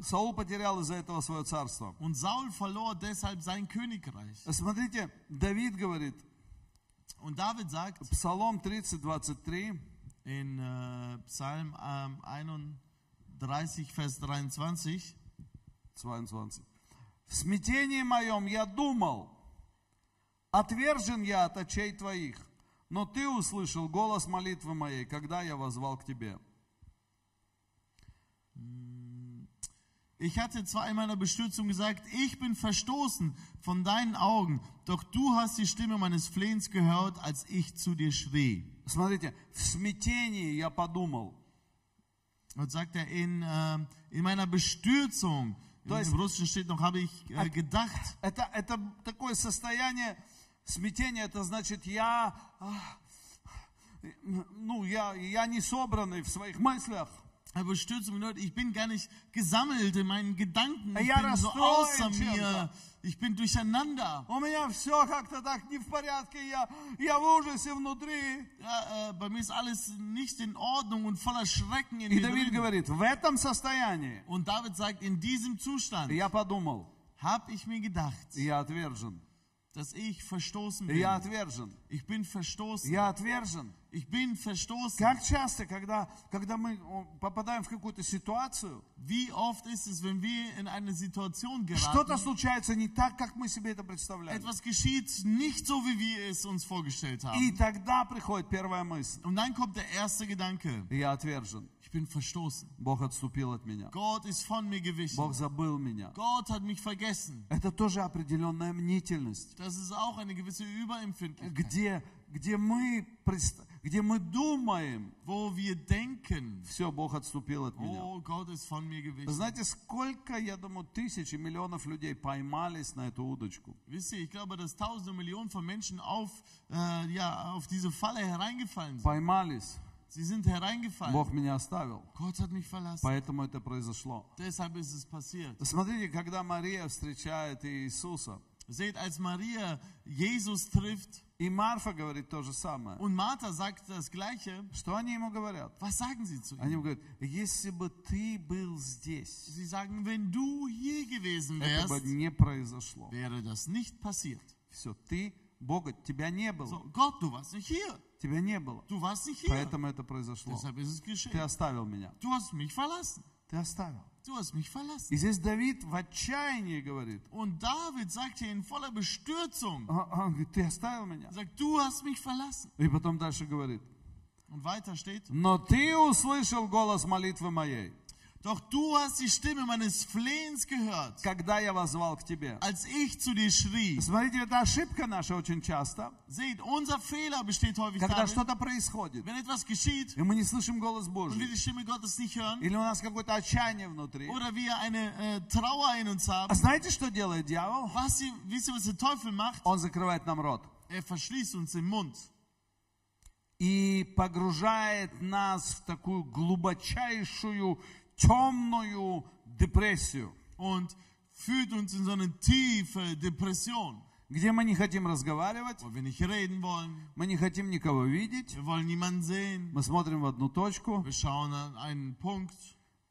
Speaker 1: Саул потерял из-за этого свое царство.
Speaker 2: Und Saul verlor deshalb sein Königreich.
Speaker 1: Смотрите, Давид говорит,
Speaker 2: Und David sagt,
Speaker 1: Псалом 30, 23,
Speaker 2: in äh, Psalm ähm, 31, Vers 23.
Speaker 1: 22. В смятении моем я думал, отвержен я от очей твоих, но ты услышал голос молитвы моей, когда я возвал к тебе.
Speaker 2: Ich hatte zwar in meiner Bestürzung gesagt, ich bin verstoßen von deinen Augen, doch du hast die Stimme meines Flehens gehört, als ich zu dir schrie.
Speaker 1: Смотрите, в смятении я подумал.
Speaker 2: Und sagt er, in, äh, in meiner Bestürzung,
Speaker 1: Da ist-
Speaker 2: im Russischen steht noch, habe ich äh, gedacht.
Speaker 1: Это, это такое состояние смятения, это значит, я, а, ну, я, я не собранный в своих мыслях.
Speaker 2: Eine Bestürzung bedeutet, ich bin gar nicht gesammelt in meinen Gedanken. Ich
Speaker 1: Ja,
Speaker 2: bin
Speaker 1: das
Speaker 2: so
Speaker 1: Tor
Speaker 2: außer
Speaker 1: in Chemka.
Speaker 2: mir. Ich bin
Speaker 1: А
Speaker 2: durcheinander.
Speaker 1: У меня все как-то так не в порядке, я, я в ужасе внутри.
Speaker 2: Ja, äh, bei mir ist alles nicht in Ordnung und voller Schrecken in
Speaker 1: И
Speaker 2: mir.
Speaker 1: Давид
Speaker 2: Drin.
Speaker 1: говорит, в этом состоянии
Speaker 2: Und David sagt, in diesem Zustand
Speaker 1: я подумал,
Speaker 2: habe ich mir gedacht,
Speaker 1: я отвержен,
Speaker 2: dass ich verstoßen bin.
Speaker 1: я отвержен,
Speaker 2: Ich bin verstoßen.
Speaker 1: я отвержен.
Speaker 2: Ich bin verstoßen.
Speaker 1: Как часто, когда, когда мы о, попадаем в какую-то ситуацию,
Speaker 2: Wie oft ist es, wenn wir in eine Situation
Speaker 1: что-то
Speaker 2: geraten,
Speaker 1: случается не так, как мы себе это представляли.
Speaker 2: etwas geschieht nicht so, wie wir es uns vorgestellt
Speaker 1: И
Speaker 2: haben.
Speaker 1: тогда приходит первая мысль.
Speaker 2: Und dann kommt der erste Gedanke.
Speaker 1: Я отвержен.
Speaker 2: Ich bin verstoßen.
Speaker 1: Бог отступил от меня.
Speaker 2: Gott ist von mir
Speaker 1: Бог
Speaker 2: gewichen.
Speaker 1: забыл меня.
Speaker 2: Gott hat mich vergessen.
Speaker 1: Это тоже определенная мнительность,
Speaker 2: Das ist auch eine gewisse Überempfindlichkeit,
Speaker 1: где, где, мы, предста- где мы думаем,
Speaker 2: wo wir denken,
Speaker 1: все, Бог отступил от меня.
Speaker 2: oh, Gott ist von mir
Speaker 1: Вы
Speaker 2: gewichen.
Speaker 1: знаете, сколько, я думаю, тысяч и миллионов людей поймались на эту удочку.
Speaker 2: Wisst ihr, ich glaube, dass tausende Millionen von Menschen auf, äh, ja, auf diese Falle hereingefallen sind.
Speaker 1: Поймались,
Speaker 2: Sie sind hereingefallen.
Speaker 1: Бог меня оставил,
Speaker 2: Gott hat mich verlassen.
Speaker 1: поэтому это произошло.
Speaker 2: Deshalb ist es passiert.
Speaker 1: Смотрите, когда Мария встречает Иисуса,
Speaker 2: Seht, als Maria Jesus trifft
Speaker 1: и Марфа говорит то же самое.
Speaker 2: und Martha sagt das Gleiche,
Speaker 1: Что они ему говорят?
Speaker 2: was sagen sie zu
Speaker 1: Они
Speaker 2: ihm?
Speaker 1: ему говорят, если бы ты был здесь,
Speaker 2: Sie sagen, wenn du hier gewesen
Speaker 1: это бы
Speaker 2: wärst,
Speaker 1: не произошло.
Speaker 2: wäre das nicht passiert.
Speaker 1: Все, ты, Бога, тебя не
Speaker 2: So,
Speaker 1: было.
Speaker 2: Gott, du warst nicht hier.
Speaker 1: Тебя не было.
Speaker 2: Du warst nicht hier.
Speaker 1: Поэтому это произошло.
Speaker 2: Deshalb ist es
Speaker 1: Ты
Speaker 2: geschehen.
Speaker 1: оставил меня.
Speaker 2: Du hast mich verlassen.
Speaker 1: Ты оставил.
Speaker 2: Du hast mich verlassen.
Speaker 1: И здесь Давид в отчаянии говорит,
Speaker 2: Und David sagt hier in voller Bestürzung,
Speaker 1: А, а, он говорит, ты оставил меня.
Speaker 2: sagt, du hast mich verlassen.
Speaker 1: И потом дальше говорит,
Speaker 2: Und weiter steht,
Speaker 1: но ты услышал голос молитвы моей,
Speaker 2: doch du hast die Stimme meines Flehens gehört,
Speaker 1: когда я возвал к тебе.
Speaker 2: als ich zu dir schrie.
Speaker 1: Смотрите, это ошибка наша очень часто,
Speaker 2: Seht, unser Fehler besteht häufig
Speaker 1: когда
Speaker 2: darin,
Speaker 1: что-то происходит,
Speaker 2: wenn etwas geschieht
Speaker 1: и мы не слышим голос
Speaker 2: und wir die
Speaker 1: Божий,
Speaker 2: Stimme Gottes nicht hören
Speaker 1: или у нас какое-то отчаяние внутри.
Speaker 2: oder wir eine äh, Trauer in uns
Speaker 1: А
Speaker 2: haben.
Speaker 1: знаете, что делает дьявол?
Speaker 2: Was ihr, wisst ihr, was der Teufel macht?
Speaker 1: Он закрывает нам рот
Speaker 2: Er verschließt uns den Mund
Speaker 1: и погружает нас в такую глубочайшую, темную депрессию,
Speaker 2: und führt uns in so eine tiefe Depression,
Speaker 1: где мы не хотим разговаривать,
Speaker 2: wo wir nicht reden wollen.
Speaker 1: мы не хотим никого видеть,
Speaker 2: Wir wollen niemanden sehen.
Speaker 1: мы смотрим в одну точку,
Speaker 2: Wir schauen an einen Punkt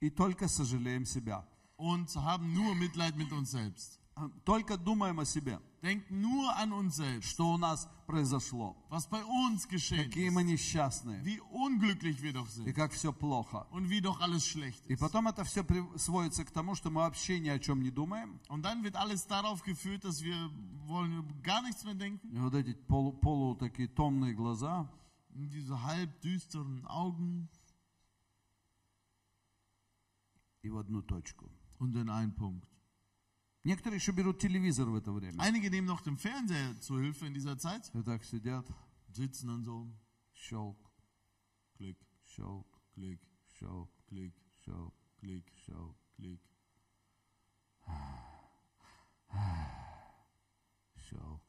Speaker 1: и только сожалеем себя.
Speaker 2: und haben nur Mitleid mit uns selbst.
Speaker 1: Только думаем о себе,
Speaker 2: Denken nur an uns selbst,
Speaker 1: что у нас произошло,
Speaker 2: was bei uns geschehen
Speaker 1: какие
Speaker 2: ist,
Speaker 1: мы несчастные,
Speaker 2: wie unglücklich wir doch
Speaker 1: и
Speaker 2: sind
Speaker 1: как все плохо.
Speaker 2: und wie doch alles schlecht
Speaker 1: И
Speaker 2: ist.
Speaker 1: потом это все сводится к тому, что мы вообще ни о чем не думаем.
Speaker 2: Und dann wird alles darauf geführt, dass wir wollen gar nichts mehr denken.
Speaker 1: И вот эти полу, полу такие томные глаза,
Speaker 2: Und Diese halb düsteren Augen
Speaker 1: и в одну точку.
Speaker 2: und in einen Punkt.
Speaker 1: Некоторые еще берут телевизор в это время.
Speaker 2: Einige nehmen noch den Fernseher zur Hilfe in dieser Zeit,
Speaker 1: И так сидят,
Speaker 2: sitzen dann so,
Speaker 1: щелк,
Speaker 2: klick,
Speaker 1: щелк,
Speaker 2: klick,
Speaker 1: щелк,
Speaker 2: klick,
Speaker 1: щелк,
Speaker 2: klick,
Speaker 1: щелк,
Speaker 2: klick.
Speaker 1: щелк,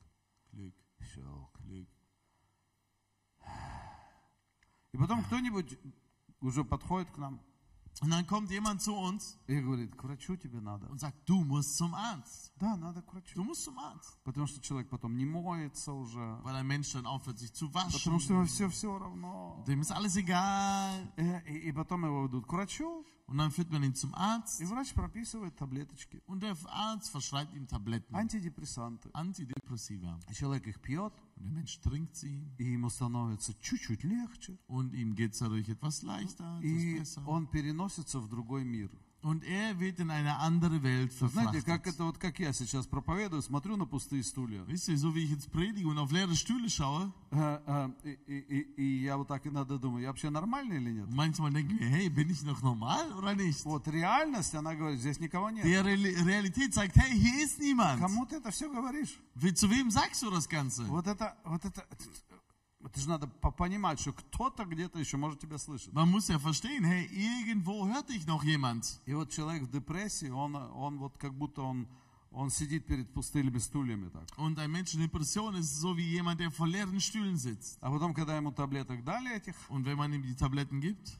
Speaker 2: Klick,
Speaker 1: щелк.
Speaker 2: klick.
Speaker 1: И потом кто-нибудь уже подходит к нам
Speaker 2: Und dann kommt jemand zu uns
Speaker 1: и говорит, к врачу тебе надо.
Speaker 2: und sagt, du musst zum Arzt.
Speaker 1: Да, надо к врачу.
Speaker 2: Du musst zum Arzt.
Speaker 1: Потому что человек потом не моется уже.
Speaker 2: Weil ein Mensch dann aufhört, sich zu waschen.
Speaker 1: Потому что ему все все равно.
Speaker 2: Dem ist alles egal.
Speaker 1: Э, И, и потом его ведут к врачу.
Speaker 2: Und dann führt man ihn zum Arzt
Speaker 1: И врач прописывает таблеточки,
Speaker 2: und der Arzt verschreibt ihm Tabletten,
Speaker 1: антидепрессанты.
Speaker 2: Antidepressiva.
Speaker 1: И Человек их пьет,
Speaker 2: Und der Mensch trinkt sie
Speaker 1: и ему становится чуть-чуть легче.
Speaker 2: und ihm geht es dadurch etwas leichter,
Speaker 1: И
Speaker 2: etwas besser.
Speaker 1: он переносится в другой мир.
Speaker 2: Und er wird in eine andere Welt
Speaker 1: Знаете, как
Speaker 2: verfrachtet.
Speaker 1: это вот как я сейчас проповедую, смотрю на пустые стулья.
Speaker 2: Wisst ihr, so wie ich jetzt predige und auf leere Stühle schaue,
Speaker 1: Э, э, И, и- и- и я вот так иногда думаю, я вообще нормальный или нет?
Speaker 2: und manchmal denken wir, hey, bin ich noch normal oder nicht?
Speaker 1: Вот реальность, она говорит, здесь никого нет.
Speaker 2: Der Reali- Realität sagt, hey, hier ist niemand.
Speaker 1: Кому ты это все говоришь?
Speaker 2: Wie- Zu wem sagst du das Ganze?
Speaker 1: Вот это, вот это, это же надо по- понимать, что кто-то где-то еще может тебя слышать.
Speaker 2: Man muss ja verstehen, hey, irgendwo hört dich noch jemand.
Speaker 1: И вот человек в депрессии, он, он вот как будто он, он сидит перед пустыми стульями так.
Speaker 2: Und ein Mensch in Depression ist so wie jemand, der vor leeren Stühlen sitzt.
Speaker 1: А потом, когда ему таблеток дали этих,
Speaker 2: Und wenn man ihm die Tabletten gibt,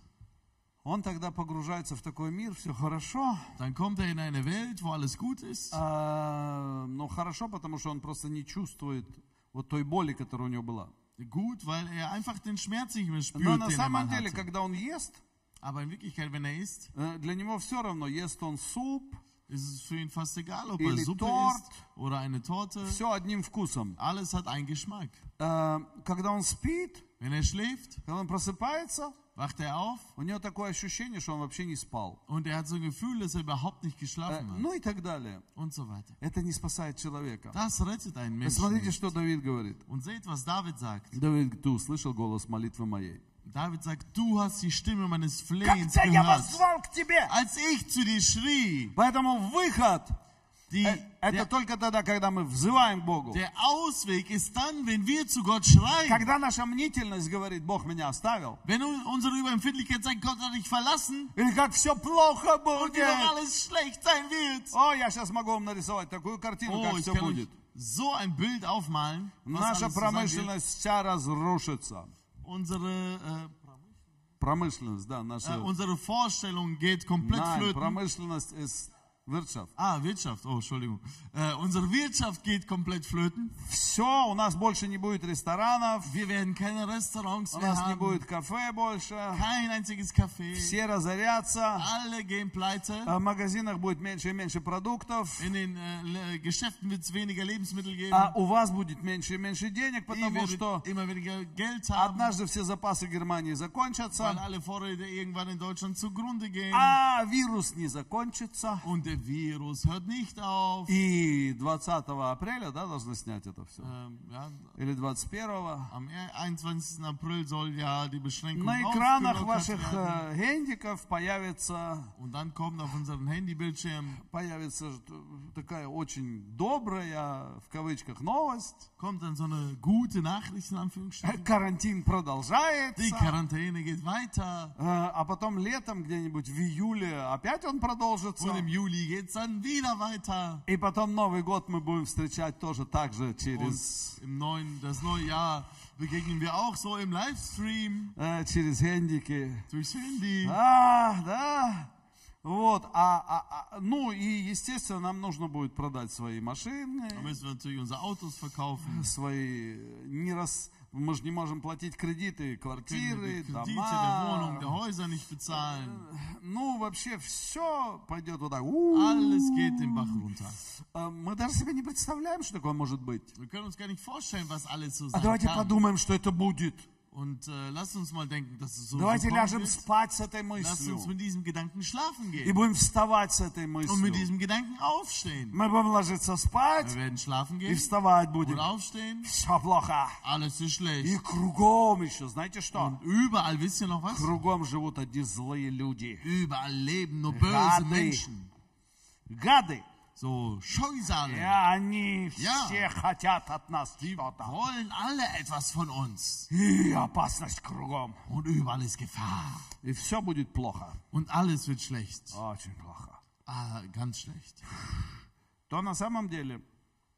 Speaker 1: он тогда погружается в такой мир, все хорошо.
Speaker 2: dann kommt er in eine Welt, wo alles gut ist.
Speaker 1: А, ну, хорошо, потому что он просто не чувствует вот той боли, которая у него была.
Speaker 2: Gut, weil er einfach den Schmerz nicht mehr
Speaker 1: Но
Speaker 2: spürt,
Speaker 1: на
Speaker 2: den er
Speaker 1: самом
Speaker 2: mal
Speaker 1: деле,
Speaker 2: hatte.
Speaker 1: когда он ест,
Speaker 2: Aber in Wirklichkeit, wenn er isst,
Speaker 1: э, для него все равно, ест он суп,
Speaker 2: ist es für ihn fast egal, ob er
Speaker 1: Или
Speaker 2: Suppe
Speaker 1: Tort.
Speaker 2: isst oder eine Torte.
Speaker 1: все одним вкусом.
Speaker 2: Alles hat einen Geschmack.
Speaker 1: Э, Когда он спит,
Speaker 2: Wenn er schläft,
Speaker 1: когда он просыпается,
Speaker 2: wacht er auf
Speaker 1: у него такое ощущение, что он вообще не спал.
Speaker 2: und er hat so ein Gefühl, dass er überhaupt nicht
Speaker 1: Э,
Speaker 2: geschlafen hat
Speaker 1: Ну и так далее.
Speaker 2: und so weiter.
Speaker 1: Это не спасает человека.
Speaker 2: Das rettet einen Menschen.
Speaker 1: Посмотрите,
Speaker 2: nicht.
Speaker 1: что Давид говорит.
Speaker 2: Und seht, was David sagt.
Speaker 1: Давид говорит, ты услышал голос молитвы моей.
Speaker 2: David sagt, du hast die Stimme meines Flehens gehört.
Speaker 1: к тебе.
Speaker 2: Als ich zu dir schrie,
Speaker 1: А, Поэтому выход
Speaker 2: die,
Speaker 1: э, это
Speaker 2: der,
Speaker 1: только тогда, когда мы взываем к Богу.
Speaker 2: der Ausweg ist dann, wenn wir zu Gott schreien.
Speaker 1: Когда наша мнительность говорит, Бог меня оставил.
Speaker 2: Wenn un- unsere Überempfindlichkeit sagt, Gott hat dich verlassen
Speaker 1: Или как все плохо
Speaker 2: und wie doch
Speaker 1: будет.
Speaker 2: alles schlecht sein wird.
Speaker 1: О, я сейчас могу вам нарисовать такую картину,
Speaker 2: Oh,
Speaker 1: как
Speaker 2: ich
Speaker 1: все
Speaker 2: kann euch
Speaker 1: будет.
Speaker 2: Oh, so ein Bild aufmalen. was
Speaker 1: Наша
Speaker 2: alles zusammengeht.
Speaker 1: промышленность вся разрушится.
Speaker 2: Unsere,
Speaker 1: Промышленность, да,
Speaker 2: äh, äh,
Speaker 1: наша.
Speaker 2: unsere Vorstellung geht komplett
Speaker 1: Nein,
Speaker 2: flöten.
Speaker 1: промышленность из Wirtschaft.
Speaker 2: Ah, Wirtschaft, oh, Entschuldigung. Äh, unsere Wirtschaft geht komplett flöten.
Speaker 1: Все, у нас больше не будет ресторанов,
Speaker 2: Wir werden keine Restaurants
Speaker 1: у
Speaker 2: mehr
Speaker 1: нас не
Speaker 2: haben,
Speaker 1: будет кафе больше,
Speaker 2: kein einziges Café.
Speaker 1: все разорятся,
Speaker 2: Alle gehen pleite.
Speaker 1: а в магазинах будет меньше и меньше продуктов,
Speaker 2: In den äh, Le- Geschäften wird es weniger Lebensmittel geben.
Speaker 1: а у вас будет меньше и меньше денег,
Speaker 2: Ihr
Speaker 1: потому что
Speaker 2: werdet immer weniger Geld
Speaker 1: Ah,
Speaker 2: haben,
Speaker 1: однажды все запасы Германии
Speaker 2: weil
Speaker 1: закончатся,
Speaker 2: alle Vorräte irgendwann in Deutschland zugrunde gehen.
Speaker 1: а вирус не закончится.
Speaker 2: Und der Virus hört nicht auf.
Speaker 1: И 20 апреля, да, должны снять это все.
Speaker 2: Ähm, ja,
Speaker 1: Или 21
Speaker 2: Am 21. April soll ja die Beschränkung
Speaker 1: на экранах
Speaker 2: aufgelockert
Speaker 1: ваших
Speaker 2: werden.
Speaker 1: э, гендиков появится
Speaker 2: Und dann kommt auf unseren Handybildschirm
Speaker 1: появится ж- такая очень добрая, в кавычках, новость.
Speaker 2: kommt dann so eine gute Nachricht in Anführungsstrichen.
Speaker 1: Карантин
Speaker 2: Die
Speaker 1: продолжается.
Speaker 2: Quarantäne geht weiter
Speaker 1: Э, А потом летом где-нибудь в июле опять он продолжится.
Speaker 2: und im Juli geht's dann wieder weiter.
Speaker 1: И потом Новый год мы будем встречать тоже так же
Speaker 2: Und
Speaker 1: через,
Speaker 2: im neuen, das neue Jahr begegnen wir auch so im Livestream
Speaker 1: э, через гендики.
Speaker 2: durchs Handy.
Speaker 1: А, да. Вот, а, а- а, ну и, естественно, нам нужно будет продать свои
Speaker 2: Da
Speaker 1: машины,
Speaker 2: müssen wir natürlich unsere Autos verkaufen.
Speaker 1: свои э, не раз, мы же не можем платить кредиты,
Speaker 2: Können wir die
Speaker 1: квартиры,
Speaker 2: Kredite der
Speaker 1: дома,
Speaker 2: Wohnung, der Häuser nicht bezahlen.
Speaker 1: Ну, вообще все пойдет вот так.
Speaker 2: Alles geht den Bach runter.
Speaker 1: А Мы даже себе не представляем, что такое может быть.
Speaker 2: Wir können uns gar nicht vorstellen, was alles so
Speaker 1: А
Speaker 2: sein
Speaker 1: давайте
Speaker 2: kann.
Speaker 1: подумаем, что это будет.
Speaker 2: Und äh, lasst uns mal denken, dass es so
Speaker 1: Давайте
Speaker 2: so kommt.
Speaker 1: ляжем спать с этой
Speaker 2: Lasst uns
Speaker 1: мыслью.
Speaker 2: mit diesem Gedanken schlafen
Speaker 1: И
Speaker 2: gehen.
Speaker 1: будем вставать с этой
Speaker 2: Und mit
Speaker 1: мыслью.
Speaker 2: diesem Gedanken aufstehen.
Speaker 1: Мы будем ложиться
Speaker 2: Wir
Speaker 1: спать
Speaker 2: werden schlafen
Speaker 1: и
Speaker 2: gehen
Speaker 1: вставать
Speaker 2: und
Speaker 1: будем.
Speaker 2: aufstehen.
Speaker 1: Все плохо.
Speaker 2: Alles ist
Speaker 1: И
Speaker 2: schlecht.
Speaker 1: кругом еще, знаете что?
Speaker 2: Und überall, wisst ihr noch was?
Speaker 1: Кругом живут одни злые люди.
Speaker 2: Überall leben nur
Speaker 1: Ja,
Speaker 2: böse
Speaker 1: nee.
Speaker 2: Menschen.
Speaker 1: Гады.
Speaker 2: So Scheusale.
Speaker 1: И они все хотят от нас
Speaker 2: Die
Speaker 1: что-то.
Speaker 2: wollen alle etwas von uns.
Speaker 1: И опасность кругом.
Speaker 2: Und überall ist Gefahr.
Speaker 1: И все будет плохо.
Speaker 2: Und alles wird schlecht.
Speaker 1: Очень плохо.
Speaker 2: Ah, ganz schlecht.
Speaker 1: то на самом деле,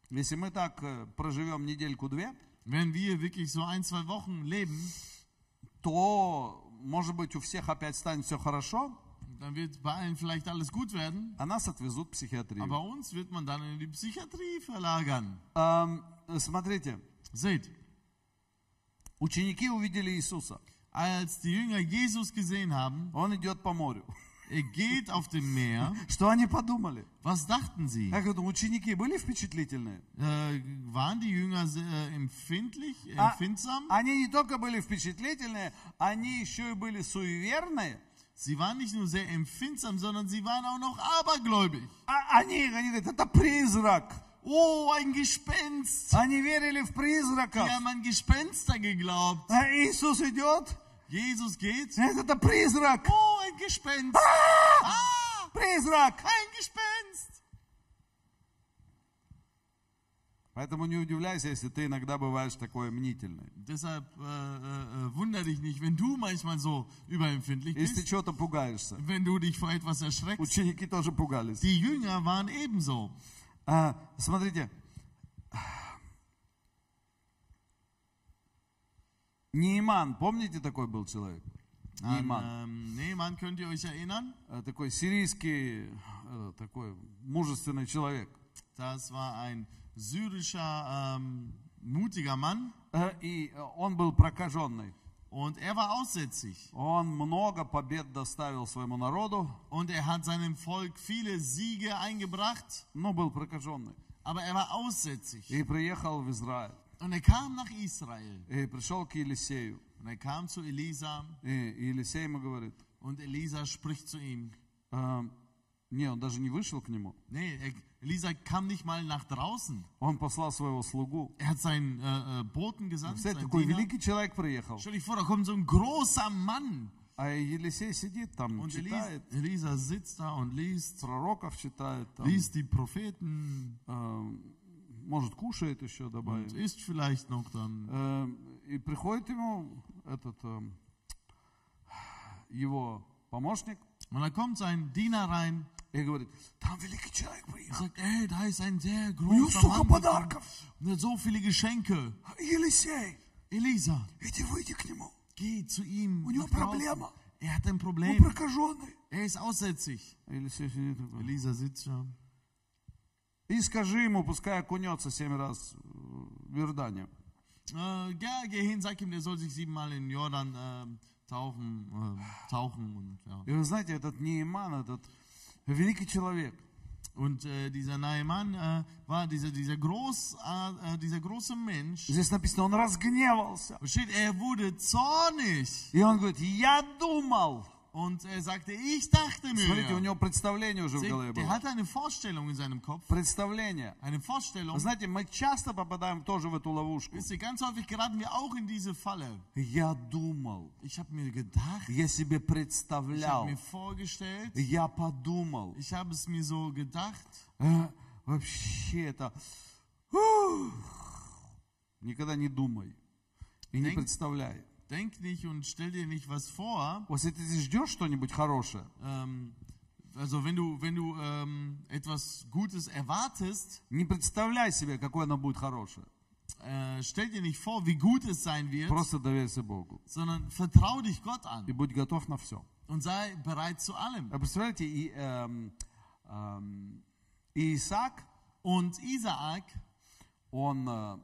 Speaker 1: если мы так э, проживем недельку-две,
Speaker 2: Wenn wir wirklich so ein, zwei Wochen leben,
Speaker 1: то, может быть, у всех опять станет все хорошо,
Speaker 2: dann wird bei allen vielleicht alles gut werden.
Speaker 1: а нас отвезут в психиатрию.
Speaker 2: Aber uns wird man dann in die Psychiatrie verlagern.
Speaker 1: Ам, э, смотрите,
Speaker 2: Seht,
Speaker 1: ученики увидели Иисуса.
Speaker 2: als die Jünger Jesus gesehen haben,
Speaker 1: Он идет по морю.
Speaker 2: Er geht auf dem Meer.
Speaker 1: Что они подумали?
Speaker 2: Was dachten sie?
Speaker 1: Как вы думаете, ученики были впечатлительные?
Speaker 2: Äh, waren die Jünger sehr, äh, empfindlich,
Speaker 1: А-
Speaker 2: empfindsam?
Speaker 1: Они не только были впечатлительные, они еще и были суеверные.
Speaker 2: Sie waren nicht nur sehr empfindsam, sondern sie waren auch noch abergläubig.
Speaker 1: А- они, они говорят, это призрак.
Speaker 2: Oh, ein Gespenst!
Speaker 1: Они верили в призраков.
Speaker 2: Wir haben an Gespenster geglaubt.
Speaker 1: А Иисус идет,
Speaker 2: Jesus geht.
Speaker 1: говорит, это призрак,
Speaker 2: Oh, ein Gespenst! Ah,
Speaker 1: призрак.
Speaker 2: ein Gespenst!
Speaker 1: Поэтому не удивляйся, если ты иногда бываешь такой мнительный.
Speaker 2: Deshalb äh, äh, äh, wunder dich nicht, wenn du manchmal so überempfindlich
Speaker 1: Если ты
Speaker 2: bist,
Speaker 1: чего-то пугаешься.
Speaker 2: wenn du dich vor etwas erschreckst.
Speaker 1: Ученики тоже пугались.
Speaker 2: Die Jünger waren ebenso.
Speaker 1: А, смотрите. Неиман, помните, такой был человек? Неиман.
Speaker 2: An, ähm, Nehmann könnt ihr euch erinnern?
Speaker 1: Э, Такой сирийский, э, такой мужественный человек.
Speaker 2: Das war ein syrischer, ähm, mutiger Mann
Speaker 1: Э, И э, он был прокаженный.
Speaker 2: und er war aussätzig.
Speaker 1: Он много побед доставил своему народу,
Speaker 2: Und er hat seinem Volk viele Siege eingebracht,
Speaker 1: но был прокаженный.
Speaker 2: aber er war aussätzig.
Speaker 1: И приехал в Израиль.
Speaker 2: Und er kam nach Israel.
Speaker 1: И пришел к Елисею.
Speaker 2: Und er kam zu Elisa
Speaker 1: И и Елисей ему говорит,
Speaker 2: und Elisa spricht zu ihm.
Speaker 1: «А, не, он даже не вышел к нему.
Speaker 2: Nee, er, Elisa kam nicht mal nach draußen.
Speaker 1: Он послал своего слугу.
Speaker 2: Er hat seinen äh, äh, Boten gesandt.
Speaker 1: Представляете,
Speaker 2: Seinen
Speaker 1: такой
Speaker 2: Diener.
Speaker 1: великий человек приехал.
Speaker 2: Stell dich vor, da kommt so ein großer Mann.
Speaker 1: А Елисей сидит там,
Speaker 2: Und Elisa,
Speaker 1: читает,
Speaker 2: Elisa sitzt da und liest,
Speaker 1: пророков читает, там,
Speaker 2: liest die Propheten
Speaker 1: э, может, кушает еще
Speaker 2: und
Speaker 1: добавит.
Speaker 2: isst vielleicht noch dann.
Speaker 1: Э, и приходит ему этот э, его помощник
Speaker 2: Und dann kommt sein Diener rein
Speaker 1: и говорит, там великий человек
Speaker 2: und
Speaker 1: приехал.
Speaker 2: sagt, ey, da ist ein sehr
Speaker 1: него
Speaker 2: großer
Speaker 1: столько
Speaker 2: Mann gekommen.
Speaker 1: подарков.
Speaker 2: Und er hat so viele Geschenke.
Speaker 1: Елисей,
Speaker 2: Elisa,
Speaker 1: иди выйди к нему.
Speaker 2: geh zu ihm.
Speaker 1: У него
Speaker 2: nach draußen.
Speaker 1: проблема.
Speaker 2: Er hat ein
Speaker 1: Он
Speaker 2: Problem.
Speaker 1: прокаженный.
Speaker 2: Er ist aussätzig.
Speaker 1: Елисей сидит такой.
Speaker 2: Elisa sitzt da.
Speaker 1: И скажи ему, пускай окунется семь раз в Иордане.
Speaker 2: Äh, ja, geh hin, sag ihm, der soll sich siebenmal in Jordan ähm, taufen, äh, tauchen und ja.
Speaker 1: И вы знаете, этот Нейман, этот великий человек,
Speaker 2: Und äh, dieser nahe Mann äh, war dieser, dieser, groß, äh, äh, dieser große Mensch.
Speaker 1: здесь написано, он разгневался.
Speaker 2: Und steht, er wurde zornig.
Speaker 1: И он говорит, я думал.
Speaker 2: Und er sagte, ich dachte
Speaker 1: Смотрите, у
Speaker 2: mir.
Speaker 1: него представление уже в голове
Speaker 2: Der, der
Speaker 1: было.
Speaker 2: hatte eine Vorstellung in seinem Kopf.
Speaker 1: Представление.
Speaker 2: Eine
Speaker 1: Вы
Speaker 2: Vorstellung.
Speaker 1: знаете, мы часто попадаем тоже в эту ловушку.
Speaker 2: Wisst ihr, ganz häufig geraten wir auch in diese Falle.
Speaker 1: Я думал,
Speaker 2: Ich habe mir gedacht,
Speaker 1: я себе
Speaker 2: ich habe
Speaker 1: представлял,
Speaker 2: mir vorgestellt,
Speaker 1: я подумал.
Speaker 2: ich habe es mir so gedacht.
Speaker 1: Э, Вообще это... Ух. Никогда не думай и не
Speaker 2: Denk-
Speaker 1: представляй.
Speaker 2: Denk nicht und stell dir nicht was vor.
Speaker 1: Вот Если ты ждешь что-нибудь хорошее,
Speaker 2: Ähm, also wenn du, wenn du ähm, etwas Gutes erwartest,
Speaker 1: не представляй себе, какое оно будет хорошее.
Speaker 2: äh, stell dir nicht vor, wie gut es sein wird,
Speaker 1: Просто доверься Богу.
Speaker 2: sondern vertrau dich Gott
Speaker 1: И
Speaker 2: an
Speaker 1: будь готов на все.
Speaker 2: und sei bereit zu allem.
Speaker 1: А представляете, и, эм, эм, и Исаак,
Speaker 2: Und Isaak
Speaker 1: он э,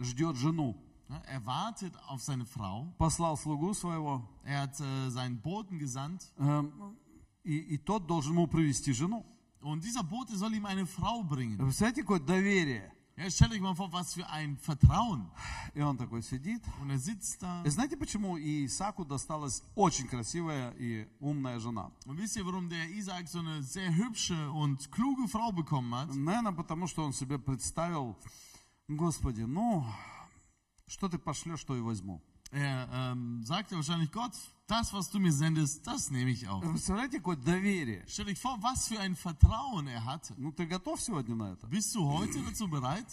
Speaker 1: ждет жену.
Speaker 2: ne, er wartet auf seine Frau.
Speaker 1: Послал слугу своего,
Speaker 2: Er hat äh, seinen Boten gesandt
Speaker 1: эм, и, и тот должен ему привести жену.
Speaker 2: und dieser Bote soll ihm eine Frau
Speaker 1: А
Speaker 2: bringen.
Speaker 1: Представляете, какое доверие.
Speaker 2: Ja, stell euch mal vor, was für ein Vertrauen.
Speaker 1: И он такой сидит.
Speaker 2: Und er сидzt da.
Speaker 1: И знаете, почему Исааку досталась очень красивая и умная жена?
Speaker 2: Und wisst ihr, warum der Isaak so eine sehr hübsche und kluge Frau bekommen hat?
Speaker 1: Наверное, Э, потому что он себе представил, Господи, ну, что ты пошлешь, что и возьму.
Speaker 2: Er ähm, sagte wahrscheinlich, Gott, das, was du mir sendest, das nehme ich
Speaker 1: Вы
Speaker 2: auf.
Speaker 1: Представляете, какое доверие.
Speaker 2: Stell dich vor, was für ein Vertrauen er hatte.
Speaker 1: Ну, ты готов сегодня на это?
Speaker 2: Bist du heute dazu bereit,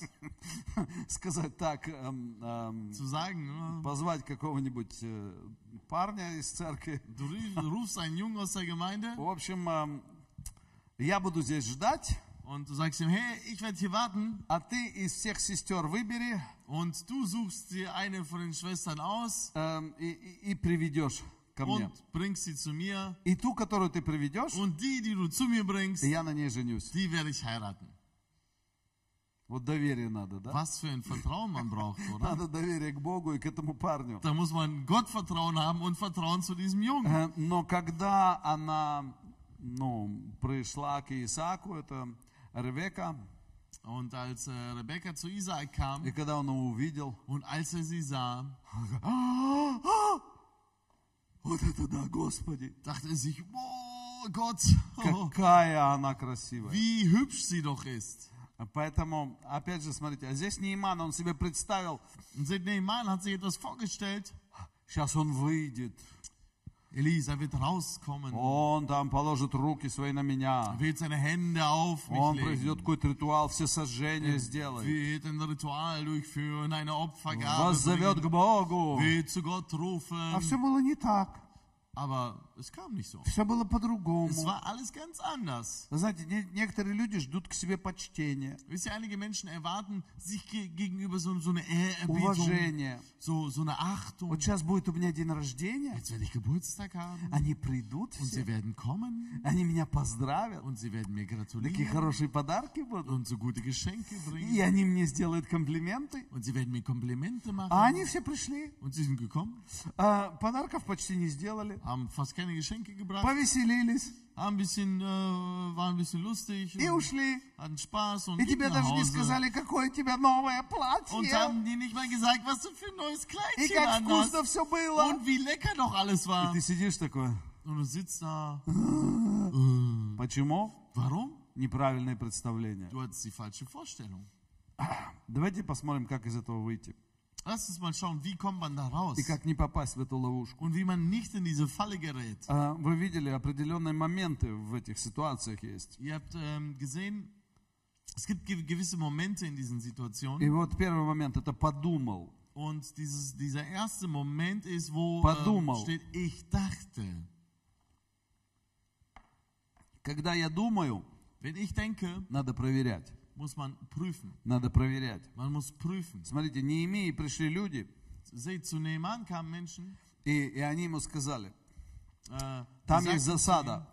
Speaker 1: Сказать так, эм, эм,
Speaker 2: zu sagen, äh,
Speaker 1: позвать какого-нибудь э, парня из церкви.
Speaker 2: äh, du ri- rufst einen Jungen aus der Gemeinde
Speaker 1: В общем, эм, я буду здесь ждать,
Speaker 2: und du sagst ihm, hey, ich werde hier warten
Speaker 1: а ты из всех сестер выбери
Speaker 2: und du suchst dir eine von den Schwestern aus
Speaker 1: эм, и, и- и приведешь ко мне.
Speaker 2: und bringst sie zu mir
Speaker 1: И ту, которую ты приведешь,
Speaker 2: und die, die du zu mir bringst,
Speaker 1: я на ней женюсь.
Speaker 2: die werde ich heiraten.
Speaker 1: Вот доверие надо, да?
Speaker 2: Was für ein Vertrauen man braucht, oder?
Speaker 1: Надо доверие к Богу и к этому парню.
Speaker 2: Da muss man Gottvertrauen haben und Vertrauen zu diesem Jungen.
Speaker 1: Э, Но когда она, ну, пришла к Исааку, это Ревека,
Speaker 2: Und als äh, Rebekka zu Isaak
Speaker 1: и
Speaker 2: kam
Speaker 1: когда он его увидел,
Speaker 2: und als er sie sah,
Speaker 1: вот это да, Господи,
Speaker 2: dachte er sich, oh Gott, oh,
Speaker 1: какая она красивая.
Speaker 2: wie hübsch sie doch ist.
Speaker 1: Поэтому, опять же, смотрите, а здесь Нейман, он себе представил,
Speaker 2: Und seht, Nehemiah hat sich etwas vorgestellt.
Speaker 1: сейчас он выйдет,
Speaker 2: Elisa wird rauskommen,
Speaker 1: он там положит руки свои на меня,
Speaker 2: wird seine Hände auf
Speaker 1: он
Speaker 2: mich
Speaker 1: произведет
Speaker 2: legen,
Speaker 1: какой-то ритуал, все сожжения сделает,
Speaker 2: wird ein Ritual durchführen, eine Opfergabe
Speaker 1: воззовет
Speaker 2: bringen,
Speaker 1: к Богу.
Speaker 2: wird zu Gott
Speaker 3: А
Speaker 2: rufen.
Speaker 3: все было не так.
Speaker 2: Aber es kam nicht so.
Speaker 3: Все было
Speaker 2: Es
Speaker 3: по-другому.
Speaker 2: war alles ganz anders.
Speaker 3: Вы Знаете, не- некоторые люди ждут к себе почтения,
Speaker 2: Wisst ihr, einige Menschen erwarten sich ge gegenüber so, so eine Ehrerbietung,
Speaker 3: уважения.
Speaker 2: so, so eine Achtung.
Speaker 3: Вот сейчас будет у меня день рождения,
Speaker 2: Jetzt werde ich Geburtstag haben
Speaker 3: они придут
Speaker 2: und sie
Speaker 3: все,
Speaker 2: werden kommen
Speaker 3: они меня поздравят,
Speaker 2: und sie werden mir
Speaker 3: такие
Speaker 2: gratulieren
Speaker 3: хорошие подарки будут,
Speaker 2: und so gute Geschenke
Speaker 3: и
Speaker 2: bringen
Speaker 3: они мне сделают комплименты.
Speaker 2: und sie werden mir Komplimente
Speaker 3: А
Speaker 2: machen.
Speaker 3: они все пришли,
Speaker 2: Und sie sind gekommen,
Speaker 3: а подарков почти не сделали,
Speaker 2: haben fast keine Geschenke gebracht,
Speaker 3: повеселились
Speaker 2: haben ein bisschen, äh, waren ein bisschen lustig,
Speaker 3: и ушли.
Speaker 2: hatten Spaß und
Speaker 3: И
Speaker 2: gingen
Speaker 3: тебе
Speaker 2: nach
Speaker 3: даже не
Speaker 2: Hause.
Speaker 3: сказали, какое у тебя новое
Speaker 2: Und
Speaker 3: платье,
Speaker 2: haben dir nicht mal gesagt, was du für ein neues
Speaker 3: и
Speaker 2: Kleidchen
Speaker 3: как
Speaker 2: anhast.
Speaker 3: вкусно все было.
Speaker 2: Und wie lecker doch alles war.
Speaker 1: Ты сидишь такой,
Speaker 2: Und du sitzt da.
Speaker 1: почему?
Speaker 2: Warum?
Speaker 1: Неправильное представление.
Speaker 2: Du hattest die falsche Vorstellung.
Speaker 1: Давайте посмотрим, как из этого выйти.
Speaker 2: Lass uns mal schauen, wie kommt man da raus?
Speaker 1: И как не попасть в эту ловушку.
Speaker 2: Und wie man nicht in diese Falle gerät.
Speaker 1: А, Вы видели, определенные моменты в этих ситуациях есть.
Speaker 2: Ihr habt ähm, gesehen, es gibt ge- gewisse Momente in diesen
Speaker 1: И
Speaker 2: Situationen.
Speaker 1: вот первый момент это подумал.
Speaker 2: Und dieses, dieser erste Moment ist, wo ähm,
Speaker 1: Подумал.
Speaker 2: steht, ich dachte.
Speaker 1: Когда я думаю,
Speaker 2: Wenn ich denke,
Speaker 1: надо проверять.
Speaker 2: muss man prüfen.
Speaker 1: Надо проверять.
Speaker 2: Man muss prüfen.
Speaker 1: Смотрите, Неемии пришли люди,
Speaker 2: Seht, zu Nehman kamen Menschen,
Speaker 1: и, и они ему сказали,
Speaker 2: äh, die
Speaker 1: там
Speaker 2: sagten
Speaker 1: есть
Speaker 2: zu ihm,
Speaker 1: засада.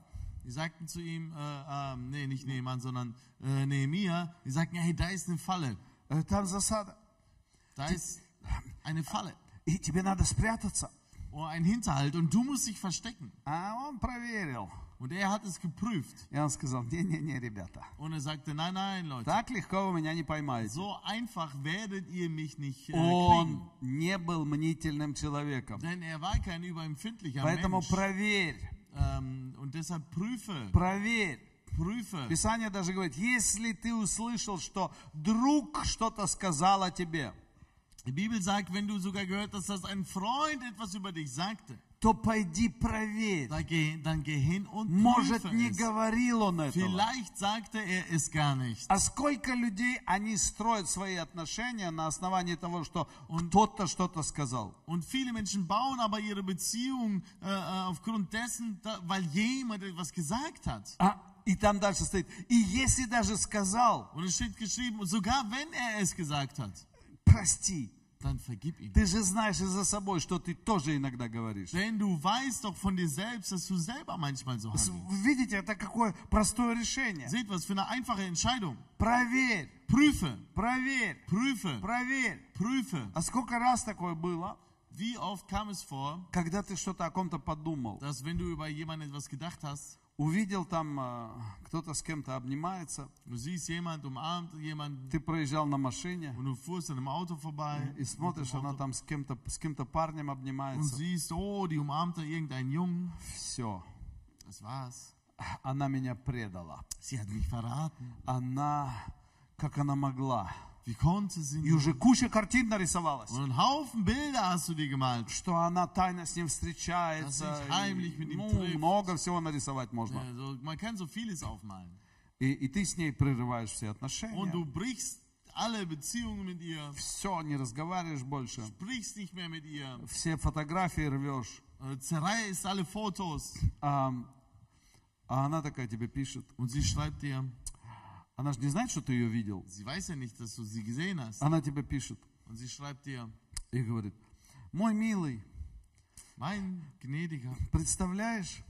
Speaker 2: Die sagten zu ihm, äh, ähm, nee, nicht Nehmann, sondern äh, Nehemia, die sagten, hey, da ist eine Falle.
Speaker 3: Э, Там засада,
Speaker 2: Da ist eine Falle.
Speaker 3: и тебе надо спрятаться.
Speaker 2: Oh, ein Hinterhalt und du musst dich verstecken.
Speaker 1: А он проверил.
Speaker 2: Und er hat es geprüft.
Speaker 1: И он сказал, не-не-не, ребята,
Speaker 2: Und er sagte, nein, nein, Leute,
Speaker 1: так легко вы меня не поймаете.
Speaker 2: so einfach werdet ihr mich nicht äh, kriegen.
Speaker 1: Он не был мнительным человеком.
Speaker 2: Denn er war kein überempfindlicher
Speaker 1: Поэтому
Speaker 2: Mensch.
Speaker 1: проверь,
Speaker 2: Ähm, und deshalb prüfe,
Speaker 1: проверь.
Speaker 2: prüfe.
Speaker 1: Писание даже говорит, если ты услышал, что друг что-то сказал о тебе,
Speaker 2: Die Bibel sagt, wenn du sogar gehört hast, dass ein Freund etwas über dich sagte,
Speaker 1: то пойди проверь.
Speaker 2: dann geh, dann geh hin und
Speaker 1: Может,
Speaker 2: prüfe
Speaker 1: не
Speaker 2: es.
Speaker 1: говорил он этого.
Speaker 2: Vielleicht sagte er es gar nicht.
Speaker 1: А сколько людей, они строят свои отношения на основании того, что кто-то что-то сказал.
Speaker 2: Und viele Menschen bauen aber ihre Beziehung äh, äh, aufgrund dessen, da, weil jemand etwas gesagt hat.
Speaker 1: А, и там дальше стоит. И если даже сказал,
Speaker 2: Und es steht geschrieben, und sogar wenn er es gesagt hat,
Speaker 1: прости.
Speaker 2: dann vergib ihm.
Speaker 1: Ты же знаешь и за собой, что ты тоже иногда говоришь.
Speaker 2: Denn du weißt doch von dir selbst, dass du selber manchmal so
Speaker 3: С-
Speaker 2: handelst.
Speaker 3: вы Видите, это какое простое решение.
Speaker 2: Seht, was für eine einfache Entscheidung.
Speaker 3: Проверь,
Speaker 2: Prüfe,
Speaker 3: проверь,
Speaker 2: prüfe,
Speaker 3: проверь.
Speaker 2: prüfe.
Speaker 3: А сколько раз такое было,
Speaker 2: Wie oft kam es vor,
Speaker 1: Когда ты что-то о ком-то подумал,
Speaker 2: dass wenn du über jemanden etwas gedacht hast,
Speaker 1: увидел там, а, кто-то с кем-то обнимается,
Speaker 2: du siehst jemand, umarmt jemanden
Speaker 1: ты проезжал на машине
Speaker 2: und du fuhrst an einem Auto vorbei
Speaker 1: и смотришь, она там с кем-то, с кем-то парнем
Speaker 2: und
Speaker 1: обнимается.
Speaker 2: siehst, oh, die umarmt da irgendeinen Jungen.
Speaker 1: Все,
Speaker 2: Das war's.
Speaker 1: она меня предала.
Speaker 2: Sie hat mich verraten.
Speaker 1: Она, как она могла.
Speaker 2: Wie konnte sie
Speaker 1: И
Speaker 2: nur?
Speaker 1: уже куча картин нарисовалась.
Speaker 2: Und einen Haufen Bilder hast du dir gemalt.
Speaker 1: Что она тайно с ним
Speaker 2: Dass
Speaker 1: встречается.
Speaker 2: sie
Speaker 1: и,
Speaker 2: heimlich mit ihm
Speaker 1: ну,
Speaker 2: trifft.
Speaker 1: много всего нарисовать можно.
Speaker 2: Also, man kann so vieles aufmalen.
Speaker 1: И, и ты с ней прерываешь все
Speaker 2: Und
Speaker 1: отношения.
Speaker 2: du brichst alle Beziehungen mit ihr,
Speaker 1: Все, не разговариваешь больше.
Speaker 2: sprichst nicht mehr mit ihr,
Speaker 1: Все фотографии рвешь.
Speaker 2: äh, zerreißt alle Fotos.
Speaker 1: А, а она такая тебе пишет.
Speaker 2: Und sie schreibt dir,
Speaker 1: Она же не знает, что ты ее видел.
Speaker 2: sie weiß ja nicht, dass du sie gesehen hast.
Speaker 1: Она тебе пишет
Speaker 2: Und sie schreibt dir,
Speaker 1: и говорит, мой милый,
Speaker 2: mein Gnädiger,
Speaker 1: представляешь,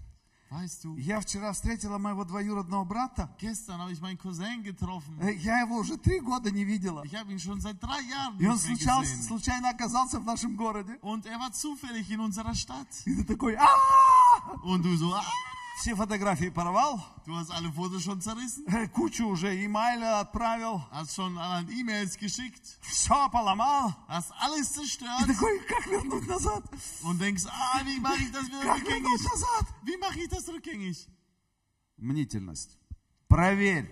Speaker 2: Weißt du,
Speaker 3: Я вчера встретила моего двоюродного брата.
Speaker 2: gestern habe ich meinen
Speaker 3: Э,
Speaker 2: Cousin getroffen.
Speaker 3: Я его уже три года не видела.
Speaker 2: Ich habe ihn schon seit drei Jahren
Speaker 3: И он
Speaker 2: nicht mehr
Speaker 3: случал-
Speaker 2: gesehen.
Speaker 3: случайно оказался в нашем городе.
Speaker 2: Und er war zufällig in unserer Stadt.
Speaker 3: И ты такой, «А-а-а!»
Speaker 2: Und du so, ah,
Speaker 3: Все фотографии порвал,
Speaker 2: du hast alle Fotos schon zerrissen,
Speaker 3: э, kучу уже имайля отправил,
Speaker 2: hast schon allerhand E-Mails geschickt,
Speaker 3: все поломал.
Speaker 2: hast alles
Speaker 3: И
Speaker 2: zerstört
Speaker 3: такой, как вернуть назад?
Speaker 2: und denkst, ah, wie mache ich das wieder
Speaker 3: Как вернуть
Speaker 2: rückgängig?
Speaker 3: назад?
Speaker 2: Wie mache ich das rückgängig?
Speaker 1: мнительность.
Speaker 3: Проверь.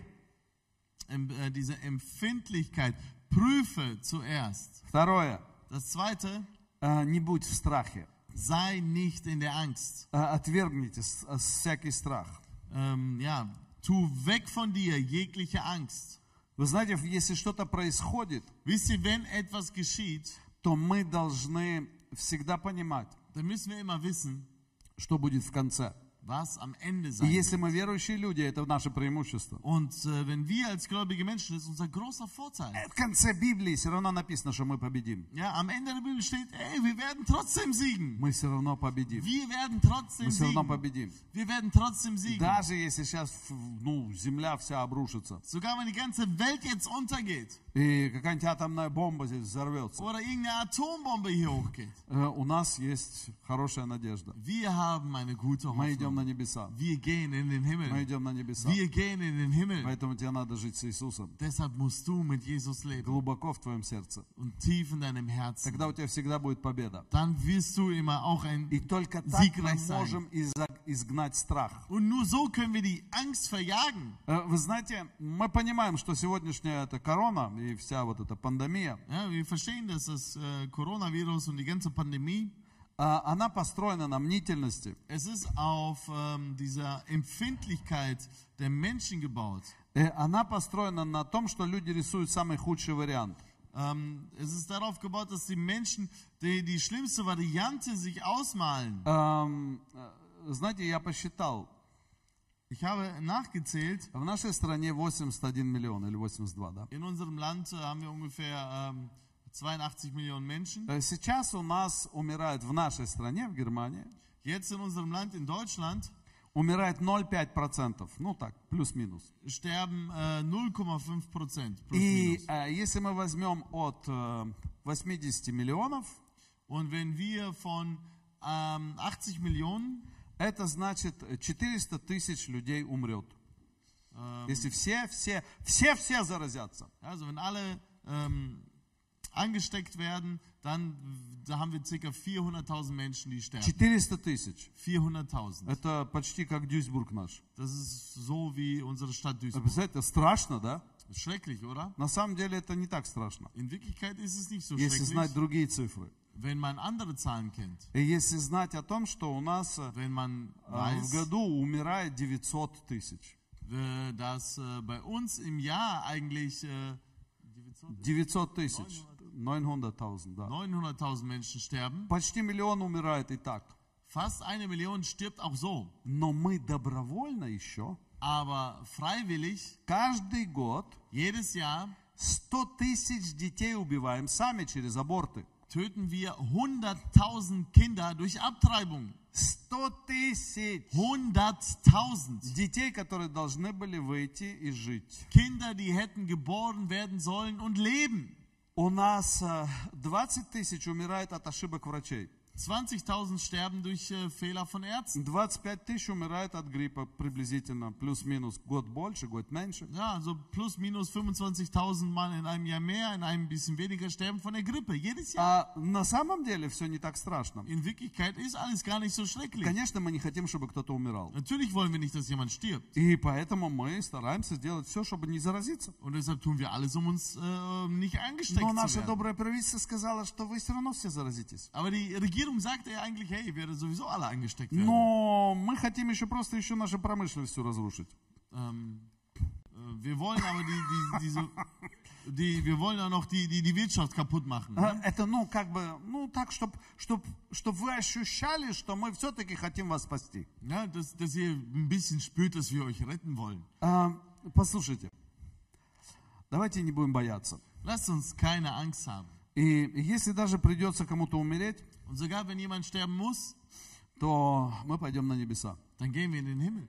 Speaker 2: Em- äh, diese Empfindlichkeit. Prüfe zuerst.
Speaker 1: Второе,
Speaker 2: Das zweite,
Speaker 1: э, не будь в страхе,
Speaker 2: sei nicht in der Angst.
Speaker 1: Э, отвергните с- э, всякий страх.
Speaker 2: Ähm, ja, tu weg von dir jegliche Angst.
Speaker 1: Вы знаете, если что-то происходит,
Speaker 2: Wisst ihr, wenn etwas geschieht,
Speaker 1: то мы должны всегда понимать,
Speaker 2: dann müssen wir immer wissen,
Speaker 1: что будет в конце.
Speaker 2: was am Ende
Speaker 1: И
Speaker 2: sein wird.
Speaker 1: если мы верующие люди, это наше преимущество.
Speaker 2: Und äh, wenn wir als gläubige Menschen, das ist unser großer Vorteil.
Speaker 1: Э, В конце Библии все равно написано, что мы победим.
Speaker 2: Ja, am Ende der Bibel steht, ey, wir werden trotzdem siegen.
Speaker 1: Мы все равно победим.
Speaker 2: Wir werden trotzdem
Speaker 1: Мы все равно
Speaker 2: siegen.
Speaker 1: победим.
Speaker 2: Wir werden trotzdem siegen.
Speaker 1: Даже если сейчас ну, земля вся обрушится,
Speaker 2: Sogar wenn die ganze Welt jetzt untergeht
Speaker 1: и какая-нибудь атомная бомба здесь взорвется,
Speaker 2: oder irgendeine Atombombe hier hochgeht.
Speaker 1: э, у нас есть хорошая надежда.
Speaker 2: Wir haben eine gute
Speaker 1: Мы идем на
Speaker 2: Hoffnung.
Speaker 1: небеса.
Speaker 2: Wir gehen in den
Speaker 1: Мы
Speaker 2: Himmel.
Speaker 1: идем на небеса.
Speaker 2: Wir gehen in den Himmel.
Speaker 1: Поэтому тебе надо жить с Иисусом
Speaker 2: Deshalb musst du mit Jesus leben
Speaker 1: глубоко в твоем сердце.
Speaker 2: und tief in deinem Herzen.
Speaker 1: Тогда у тебя всегда будет победа.
Speaker 2: Dann wirst du immer auch
Speaker 1: И
Speaker 2: ein...
Speaker 1: только так мы
Speaker 2: Siegreich sein.
Speaker 1: можем изо- изгнать страх.
Speaker 2: Und nur so können wir die Angst verjagen.
Speaker 1: Э, Вы знаете, мы понимаем, что сегодняшняя эта корона и вся вот эта пандемия,
Speaker 2: Ja, wir verstehen, dass das äh, Coronavirus und die ganze Pandemie,
Speaker 1: а, она построена на мнительности.
Speaker 2: es ist auf ähm, dieser Empfindlichkeit der Menschen gebaut.
Speaker 1: Э, Она построена на том, что люди rисуют самый худший вариант.
Speaker 2: Ähm, es ist darauf gebaut, dass die Menschen die, die schlimmste Variante sich ausmalen.
Speaker 1: Эм, э, Знаете, я посчитал,
Speaker 2: Ich habe nachgezählt,
Speaker 1: в нашей стране 81 миллион или 82, да?
Speaker 2: in unserem Land äh, haben wir ungefähr ähm, 82 Millionen Menschen.
Speaker 1: Э, Сейчас у нас умирает в нашей стране, в Германии,
Speaker 2: Jetzt in unserem Land, in Deutschland,
Speaker 1: умирает 0,5%, ну так, плюс-минус.
Speaker 2: sterben äh, 0,5 Prozent. plus
Speaker 1: И
Speaker 2: minus.
Speaker 1: э, если мы возьмем от э, 80 миллионов,
Speaker 2: Und wenn wir von ähm, 80 Millionen
Speaker 1: это значит э, 400 тысяч людей умрет.
Speaker 2: Ähm,
Speaker 1: Если все, все, все, все заразятся.
Speaker 2: Also wenn alle ähm, angesteckt werden, dann da haben wir ca. 400.000 Menschen, die sterben.
Speaker 1: 400 тысяч.
Speaker 2: 400.000.
Speaker 1: Это почти как Дюйсбург наш.
Speaker 2: Das ist so wie unsere Stadt
Speaker 1: Вы
Speaker 2: Duisburg.
Speaker 1: Представляете, страшно, да?
Speaker 2: Schrecklich, oder?
Speaker 1: На самом деле это не так страшно.
Speaker 2: In Wirklichkeit ist es nicht so
Speaker 1: Если знать
Speaker 2: schrecklich,
Speaker 1: другие цифры.
Speaker 2: wenn man andere Zahlen kennt.
Speaker 1: И если знать о том, что у нас э,
Speaker 2: Wenn man
Speaker 1: в
Speaker 2: weiß,
Speaker 1: году умирает 900 тысяч.
Speaker 2: äh, dass äh, bei uns im Jahr eigentlich äh,
Speaker 1: 900 тысяч. 900 тысяч, да.
Speaker 2: 900.000 Menschen sterben.
Speaker 1: Почти миллион умирает и так.
Speaker 2: Fast eine Million stirbt auch so.
Speaker 1: Но мы добровольно еще
Speaker 2: Aber freiwillig,
Speaker 1: каждый год
Speaker 2: jedes Jahr
Speaker 1: 100 тысяч детей убиваем сами через аборты.
Speaker 2: töten wir 100.000 Kinder durch Abtreibung.
Speaker 1: 100 тысяч
Speaker 2: 100.000
Speaker 1: детей, которые должны были выйти и жить.
Speaker 2: Kinder, die hätten geboren werden sollen und leben.
Speaker 1: У нас э, 20 tысяч умирает от ошибок врачей.
Speaker 2: 20.000 sterben durch äh, Fehler von Ärzten.
Speaker 1: 25 тысяч умирает от гриппа приблизительно, плюс-минус, год больше, год меньше.
Speaker 2: Ja, also plus minus 25.000 Mal in einem Jahr mehr, in einem bisschen weniger sterben von der Grippe. Jedes
Speaker 1: А
Speaker 2: Jahr.
Speaker 1: на самом деле все не так страшно.
Speaker 2: In Wirklichkeit ist alles gar nicht so schrecklich.
Speaker 1: Конечно, мы не хотим, чтобы кто-то умирал.
Speaker 2: Natürlich wollen wir nicht, dass jemand stirbt.
Speaker 1: И поэтому мы стараемся делать все, чтобы не заразиться.
Speaker 2: Und deshalb tun wir alles, um uns äh, nicht angesteckt
Speaker 1: Но
Speaker 2: zu
Speaker 1: наше
Speaker 2: werden.
Speaker 1: доброе правительство сказало, что вы все равно все заразитесь.
Speaker 2: Aber die Regierung sagte ja eigentlich, hey, ihr werdet sowieso alle
Speaker 1: Э.
Speaker 2: angesteckt werden.
Speaker 1: Но мы хотим еще просто еще нашу промышленность всю разрушить.
Speaker 2: Ähm, äh, wir wollen aber die, die, diese, die, wir wollen auch noch die, die, die Wirtschaft kaputt machen. ne?
Speaker 1: А, Это, ну, как бы, ну, так, чтобы чтоб, чтоб вы ощущали, что мы все-таки хотим вас спасти.
Speaker 2: Ja, dass, dass ihr ein bisschen spürt, dass wir euch retten wollen.
Speaker 1: А, послушайте, давайте не будем бояться.
Speaker 2: Lasst uns keine Angst haben.
Speaker 1: И если даже придется кому-то умереть,
Speaker 2: Und sogar wenn jemand sterben muss,
Speaker 1: то мы пойдем на небеса.
Speaker 2: dann gehen wir in den Himmel.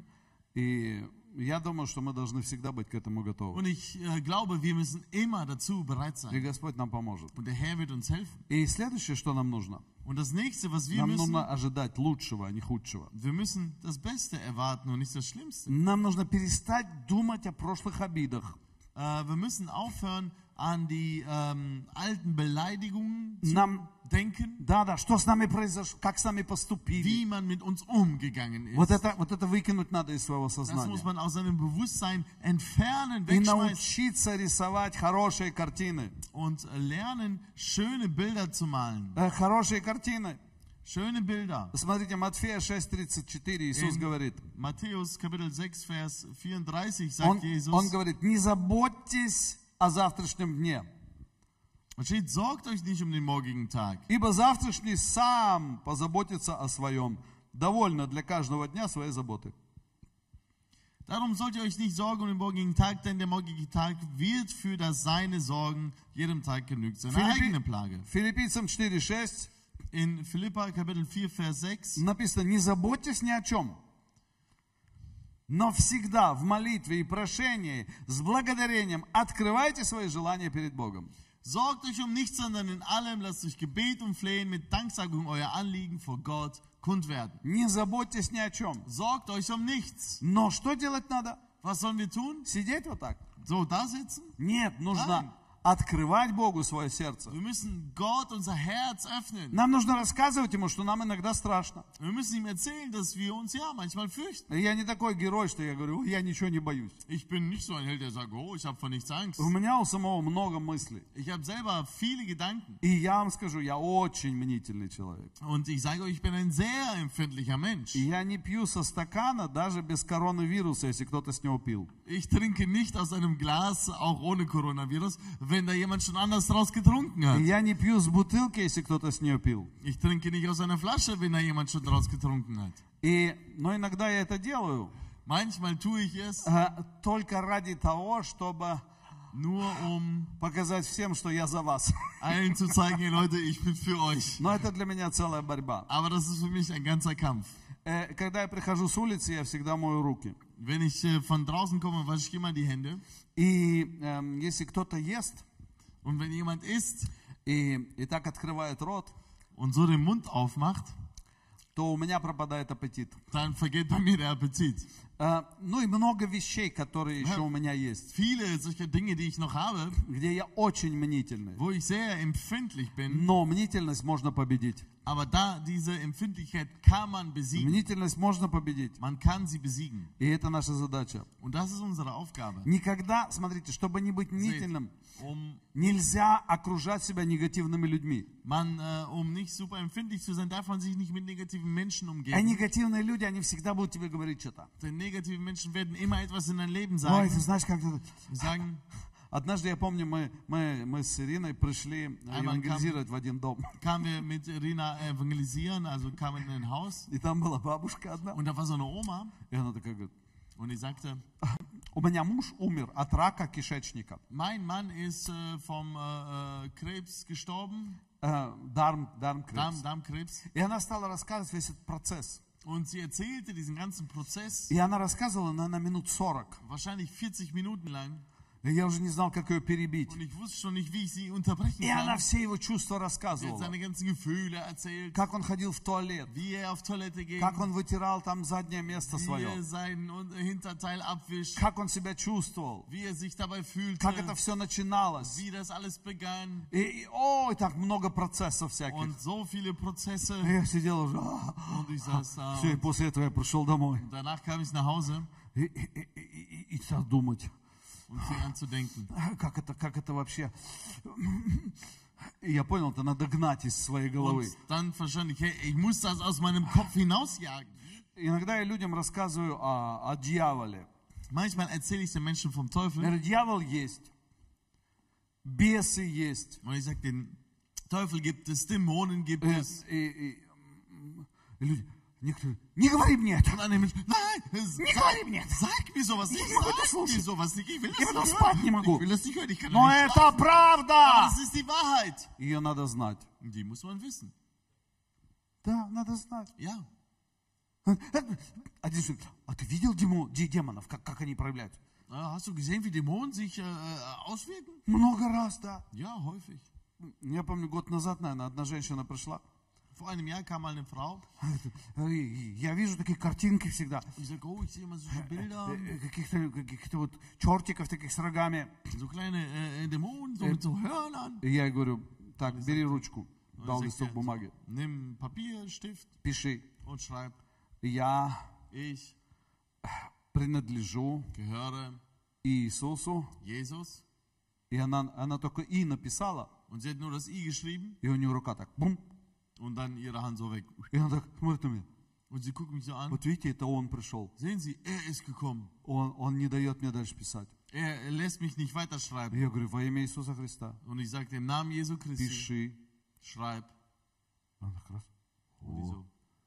Speaker 1: И я думаю, что мы должны всегда быть к этому готовы.
Speaker 2: Und ich äh, glaube, wir müssen immer dazu bereit
Speaker 1: И
Speaker 2: sein.
Speaker 1: Господь нам поможет.
Speaker 2: Und der Herr wird uns helfen.
Speaker 1: И следующее, что нам нужно,
Speaker 2: Und das nächste, was wir
Speaker 1: нам
Speaker 2: müssen,
Speaker 1: нужно ожидать лучшего, а не худшего.
Speaker 2: wir müssen das Beste erwarten und nicht das Schlimmste.
Speaker 1: Нам нужно перестать думать о прошлых обидах.
Speaker 2: Äh, wir müssen aufhören, an die ähm, alten Beleidigungen zu
Speaker 1: Nam-
Speaker 2: denken,
Speaker 1: Да, да, что с нами произошло, как с нами поступили.
Speaker 2: wie man mit uns umgegangen ist.
Speaker 1: Вот это, вот это выкинуть надо из своего
Speaker 2: Das muss
Speaker 1: сознания.
Speaker 2: man aus seinem Bewusstsein entfernen,
Speaker 1: И
Speaker 2: wegschmeißen
Speaker 1: научиться рисовать хорошие картины.
Speaker 2: und lernen, schöne Bilder zu malen.
Speaker 1: Э, Хорошие картины.
Speaker 2: Schöne Bilder.
Speaker 1: Смотрите, Матфея 6.34 Иисус
Speaker 2: Эм.
Speaker 1: говорит.
Speaker 2: Matthäus Kapitel 6, Vers 34 sagt
Speaker 1: Он,
Speaker 2: Jesus,
Speaker 1: он говорит, не заботьтесь о завтрашнем дне,
Speaker 2: und steht, sorgt euch nicht um den morgigen Tag,
Speaker 1: ибо завтрашний сам позаботится о своем. Довольно для каждого дня своей заботы.
Speaker 2: Darum sollt ihr euch nicht sorgen um den morgigen Tag, denn der morgige Tag wird für das Seine sorgen. Jedem Tag genügt seine
Speaker 1: Philippi-
Speaker 2: eigene Plage.
Speaker 1: Филиппийцам 4.6
Speaker 2: In Philippa Kapitel 4, Vers 6
Speaker 1: написано, не заботьтесь ни о чем, но всегда в молитве и прошении с благодарением открывайте свои желания перед Богом.
Speaker 2: Sorgt euch um nichts, sondern in allem lasst durch Gebet und Flehen mit Danksagung euer Anliegen vor Gott kund werden.
Speaker 1: Не заботьтесь ни о чем.
Speaker 2: Sorgt euch um nichts.
Speaker 1: Но что делать надо?
Speaker 2: Was sollen wir tun?
Speaker 1: Сидеть вот так?
Speaker 2: So da sitzen?
Speaker 1: Нет,
Speaker 2: Правильно.
Speaker 1: нужно открывать Богу свое сердце.
Speaker 2: Wir müssen Gott unser Herz öffnen.
Speaker 1: Нам нужно рассказывать ему, что нам иногда страшно.
Speaker 2: Wir müssen ihm erzählen, dass wir uns ja manchmal fürchten.
Speaker 1: Я не такой герой, что я говорю, «Ой, я ничего не боюсь.
Speaker 2: Ich bin nicht so ein Held, der sagt, oh, ich habe vor nichts Angst.
Speaker 1: У меня у самого много мыслей.
Speaker 2: Ich habe selber viele Gedanken.
Speaker 1: И я вам скажу, я очень мнительный человек.
Speaker 2: Und ich sage euch, ich bin ein sehr empfindlicher Mensch.
Speaker 1: И я не пью со стакана даже без коронавируса, если кто-то с него пил.
Speaker 2: Ich trinke nicht aus einem Glas, auch ohne Coronavirus, wenn da jemand schon anders draus getrunken
Speaker 1: И
Speaker 2: hat.
Speaker 1: я не пью с бутылки, если кто-то с нее пил.
Speaker 2: Ich trinke nicht aus einer Flasche, wenn da jemand schon draus getrunken hat.
Speaker 1: И, но иногда я это делаю
Speaker 2: Manchmal tue ich es
Speaker 1: а, только ради того, чтобы
Speaker 2: nur, um
Speaker 1: показать всем, что я за вас.
Speaker 2: allen zu zeigen, hey Leute, ich bin für euch.
Speaker 1: Но это для меня целая борьба.
Speaker 2: Aber das ist für mich ein ganzer Kampf.
Speaker 1: Э, Когда я прихожу с улицы, я всегда мою руки.
Speaker 2: Wenn ich äh, von draußen komme, wasche ich immer die Hände.
Speaker 1: И эм, если кто-то ест
Speaker 2: Und wenn jemand isst
Speaker 1: и, и так открывает рот,
Speaker 2: und so den Mund aufmacht,
Speaker 1: то у меня пропадает аппетит.
Speaker 2: dann vergeht bei mir der Appetit.
Speaker 1: Э, ну и много вещей, которые еще у меня есть,
Speaker 2: Viele solcher Dinge, die ich noch habe,
Speaker 1: где я очень мнительный.
Speaker 2: wo ich sehr empfindlich bin,
Speaker 1: Но мнительность можно победить.
Speaker 2: aber da diese Empfindlichkeit kann man besiegen.
Speaker 1: Мнительность можно победить.
Speaker 2: Man kann sie besiegen.
Speaker 1: И это наша задача.
Speaker 2: Und das ist unsere Aufgabe.
Speaker 1: Никогда, смотрите, чтобы не быть мнительным,
Speaker 2: Um,
Speaker 1: нельзя окружать себя негативными людьми.
Speaker 2: man, äh, um nicht super empfindlich zu sein, darf man sich nicht mit negativen Menschen
Speaker 1: А
Speaker 2: umgeben.
Speaker 1: негативные люди, они всегда будут тебе говорить что-то.
Speaker 2: Denn negative Menschen werden immer etwas in dein Leben
Speaker 1: Ой, ты
Speaker 2: sagen.
Speaker 1: знаешь, как это...
Speaker 2: Und sagen,
Speaker 1: Однажды, я помню, мы, мы, мы с Ириной пришли э,
Speaker 2: Роман,
Speaker 1: евангелизировать в один дом.
Speaker 2: kamen wir mit Irina evangelisieren, also kamen in ein Haus.
Speaker 1: И там была бабушка одна.
Speaker 2: Und da war so eine Oma
Speaker 1: И она такая говорит,
Speaker 2: und die sagte,
Speaker 1: у меня муж умер от рака кишечника.
Speaker 2: mein Mann ist äh, vom äh, äh, Krebs gestorben,
Speaker 1: Э, дарм, дарм
Speaker 2: Darm, Darmkrebs.
Speaker 1: И она стала рассказывать весь этот процесс.
Speaker 2: Und sie erzählte diesen ganzen Prozess,
Speaker 1: И она рассказывала, наверное, минут 40.
Speaker 2: wahrscheinlich 40 Minuten lang.
Speaker 1: И я уже не знал, как ее перебить.
Speaker 2: Und ich wusste schon nicht, wie ich sie unterbrechen
Speaker 1: И она
Speaker 2: kann.
Speaker 1: все его чувства
Speaker 2: Sie hat
Speaker 1: рассказывала.
Speaker 2: seine ganzen Gefühle erzählt,
Speaker 1: Как он ходил в туалет,
Speaker 2: wie er auf Toilette ging,
Speaker 1: как он вытирал там заднее место
Speaker 2: wie er
Speaker 1: свое,
Speaker 2: seinen Un- Hinterteil abwischt,
Speaker 1: как он себя чувствовал,
Speaker 2: wie er sich dabei fühlte,
Speaker 1: как это все начиналось.
Speaker 2: wie das alles begann.
Speaker 1: И, и- ой, так много процессов всяких.
Speaker 2: Und so viele Prozesse.
Speaker 1: И я сидел уже, «А,
Speaker 2: Und ich saß da.
Speaker 1: все, и
Speaker 2: Und
Speaker 1: после этого я пришел домой.
Speaker 2: danach kam ich nach Hause um
Speaker 1: И, и, и- и- и- и стал думать,
Speaker 2: und fing an zu denken.
Speaker 1: «А, как это, как это вообще. И я понял, это надо гнать из своей головы.
Speaker 2: Und dann verstand ich, hey, ich muss das aus meinem Kopf hinausjagen.
Speaker 1: Иногда я людям рассказываю о, о дьяволе.
Speaker 2: Manchmal erzähle ich den Menschen vom Teufel
Speaker 1: Говорю, дьявол есть, бесы есть,
Speaker 2: und ich sage, den Teufel gibt es, Dämonen gibt
Speaker 1: Э,
Speaker 2: es.
Speaker 1: и- и, м, люди, некоторые, не говори мне это,
Speaker 2: Und dann der Mensch, nein, es-
Speaker 1: не говори мне это,
Speaker 2: Sag mir sowas nicht,
Speaker 1: Ich mag das
Speaker 2: sag
Speaker 1: nicht.
Speaker 2: mir sowas nicht. Ich will das
Speaker 1: will das
Speaker 2: nicht
Speaker 1: Bad nicht
Speaker 2: hören.
Speaker 1: mehr gut.
Speaker 2: Ich will das nicht hören, ich kann
Speaker 1: но
Speaker 2: da nicht
Speaker 1: это правда.
Speaker 2: Das ist die Wahrheit.
Speaker 1: Ее надо знать.
Speaker 2: Und die muss man wissen.
Speaker 1: Да, надо знать.
Speaker 2: Ja,
Speaker 1: Один говорит, а ты видел демо- де- демонов, как, как они проявляются?
Speaker 2: Ja, hast du gesehen, wie Dämonen sich äh, äh, auswirken?
Speaker 1: Много раз, да.
Speaker 2: Ja, häufig.
Speaker 1: Я помню, год назад, наверное, одна женщина пришла.
Speaker 2: Vor einem Jahr kam mal eine Frau
Speaker 1: «Э, Я вижу такие картинки всегда.
Speaker 2: und sagt, oh, ich sehe immer solche Bilder,
Speaker 1: Э, э, Каких-то каких вот чертиков таких с рогами.
Speaker 2: so kleine äh, Dämonen, so mit so Hörnern.
Speaker 1: И я ей говорю, так, бери ручку. Дал
Speaker 2: Sagt
Speaker 1: листок
Speaker 2: er,
Speaker 1: бумаги.
Speaker 2: Nimm Papier, Stift
Speaker 1: Пиши.
Speaker 2: und schreib,
Speaker 1: Я
Speaker 2: ich
Speaker 1: принадлежу
Speaker 2: gehöre
Speaker 1: Иисусу.
Speaker 2: Jesus.
Speaker 1: И она, она только «и» написала,
Speaker 2: Und sie hat nur das I geschrieben
Speaker 1: и у нее рука так, бум.
Speaker 2: und dann ihre Hand so weg.
Speaker 1: И она так смотрит на меня.
Speaker 2: Und sie guckt mich so an.
Speaker 1: Вот видите, это он пришел.
Speaker 2: Sehen Sie, er ist gekommen.
Speaker 1: Он, он не дает мне дальше писать.
Speaker 2: Er lässt mich nicht
Speaker 1: И
Speaker 2: weiterschreiben.
Speaker 1: я говорю, во имя Иисуса Христа,
Speaker 2: Und ich sagte im Namen Jesu Christi,
Speaker 1: пиши.
Speaker 2: schreib.
Speaker 1: Она так раз,
Speaker 2: Und die so,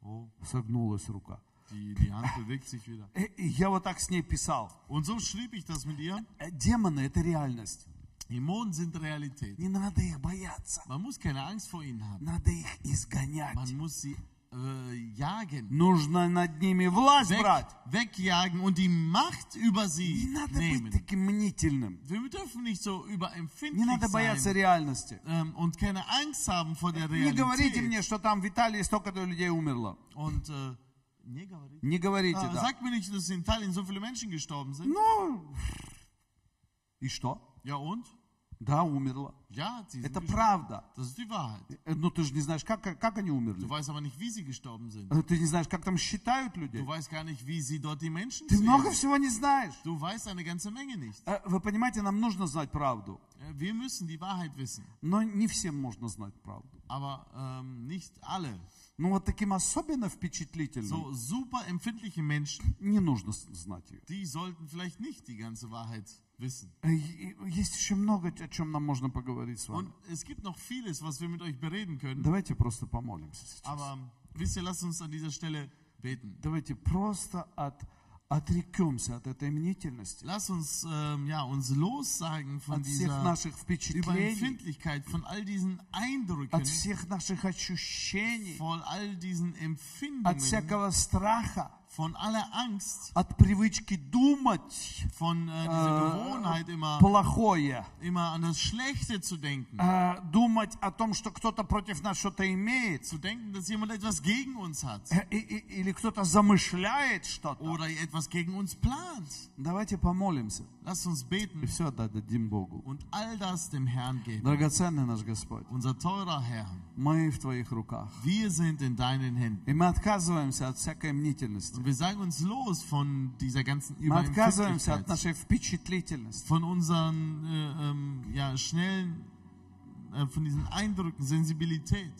Speaker 2: oh,
Speaker 1: согнулась рука.
Speaker 2: die, die Hand bewegt sich wieder.
Speaker 1: Э, И я вот так с ней писал.
Speaker 2: Und so schrieb ich das mit ihr.
Speaker 1: Э, Демоны – это реальность.
Speaker 2: Dämonen sind Realität.
Speaker 1: Не надо их бояться.
Speaker 2: Man muss keine Angst vor ihnen haben.
Speaker 1: Надо их изгонять.
Speaker 2: Man muss sie äh, jagen.
Speaker 1: Нужно над ними власть
Speaker 2: Weg,
Speaker 1: брать.
Speaker 2: wegjagen und die Macht über
Speaker 1: Не
Speaker 2: sie
Speaker 1: надо быть
Speaker 2: nehmen.
Speaker 1: таким мнительным.
Speaker 2: Wir dürfen nicht so
Speaker 1: Не
Speaker 2: überempfindlich
Speaker 1: надо бояться
Speaker 2: sein
Speaker 1: реальности.
Speaker 2: ähm, und keine Angst haben vor der
Speaker 1: Не говорите
Speaker 2: Realität.
Speaker 1: мне, что там в Италии столько-то людей умерло.
Speaker 2: Und äh, nee, говорите.
Speaker 1: Не говорите,
Speaker 2: Äh,
Speaker 1: да.
Speaker 2: Sagt mir nicht, dass in Italien so viele Menschen gestorben sind.
Speaker 1: Ну, и что?
Speaker 2: Ja und?
Speaker 1: Да, умерло.
Speaker 2: Ja, sie sind
Speaker 1: Это
Speaker 2: gestorben.
Speaker 1: правда.
Speaker 2: Das ist die Wahrheit.
Speaker 1: Э, Ну, ты же не знаешь, как, как как они
Speaker 2: Du
Speaker 1: умерли.
Speaker 2: weißt aber nicht, wie sie gestorben sind.
Speaker 1: Э, Ты не знаешь, как там считают людей.
Speaker 2: Du weißt gar nicht, wie sie dort die Menschen
Speaker 1: Ты много
Speaker 2: zählen.
Speaker 1: всего не знаешь.
Speaker 2: Du weißt eine ganze Menge nicht.
Speaker 1: Э, Вы понимаете, нам нужно знать правду.
Speaker 2: Äh, Wir müssen die Wahrheit wissen,
Speaker 1: Но не всем можно знать правду.
Speaker 2: aber ähm, nicht alle.
Speaker 1: Ну, вот таким особенно впечатлительным
Speaker 2: So super empfindliche Menschen,
Speaker 1: не нужно с- знать ее.
Speaker 2: die sollten vielleicht nicht die ganze Wahrheit wissen.
Speaker 1: Э, и- и Есть еще много, о чем нам можно поговорить с вами.
Speaker 2: Und es gibt noch vieles, was wir mit euch bereden können.
Speaker 1: Давайте просто помолимся сейчас.
Speaker 2: Aber ähm, wisst ihr, lasst uns an dieser Stelle beten.
Speaker 1: Давайте просто от, отрекемся от этой мнительности,
Speaker 2: Lass uns ähm, ja, uns lossagen von
Speaker 1: от всех
Speaker 2: dieser
Speaker 1: наших впечатлений,
Speaker 2: Überempfindlichkeit, von all diesen Eindrücken,
Speaker 1: от всех наших ощущений,
Speaker 2: von all diesen
Speaker 1: от
Speaker 2: Empfindungen,
Speaker 1: всякого страха,
Speaker 2: von aller Angst,
Speaker 1: от привычки думать
Speaker 2: von äh, dieser Gewohnheit immer,
Speaker 1: плохое,
Speaker 2: immer an das Schlechte zu denken.
Speaker 1: э, думать о том, что кто-то против нас что-то имеет,
Speaker 2: Zu denken, dass jemand etwas gegen uns hat
Speaker 1: э, и- и- или кто-то замышляет что-то.
Speaker 2: oder etwas gegen uns plant.
Speaker 1: Давайте помолимся
Speaker 2: Lass uns
Speaker 1: и
Speaker 2: beten
Speaker 1: все отдадим Богу.
Speaker 2: und all das dem Herrn geben.
Speaker 1: Драгоценный наш Господь,
Speaker 2: Unser teurer Herr,
Speaker 1: мы в Твоих руках.
Speaker 2: wir sind in deinen Händen.
Speaker 1: И мы отказываемся от всякой мнительности.
Speaker 2: Und wir sagen uns los von dieser ganzen
Speaker 1: Мы отказываемся от
Speaker 2: Überempfindlichkeit.
Speaker 1: нашей впечатлительности.
Speaker 2: von unseren äh, ähm, ja, schnellen, äh, von diesen Eindrücken, Sensibilität.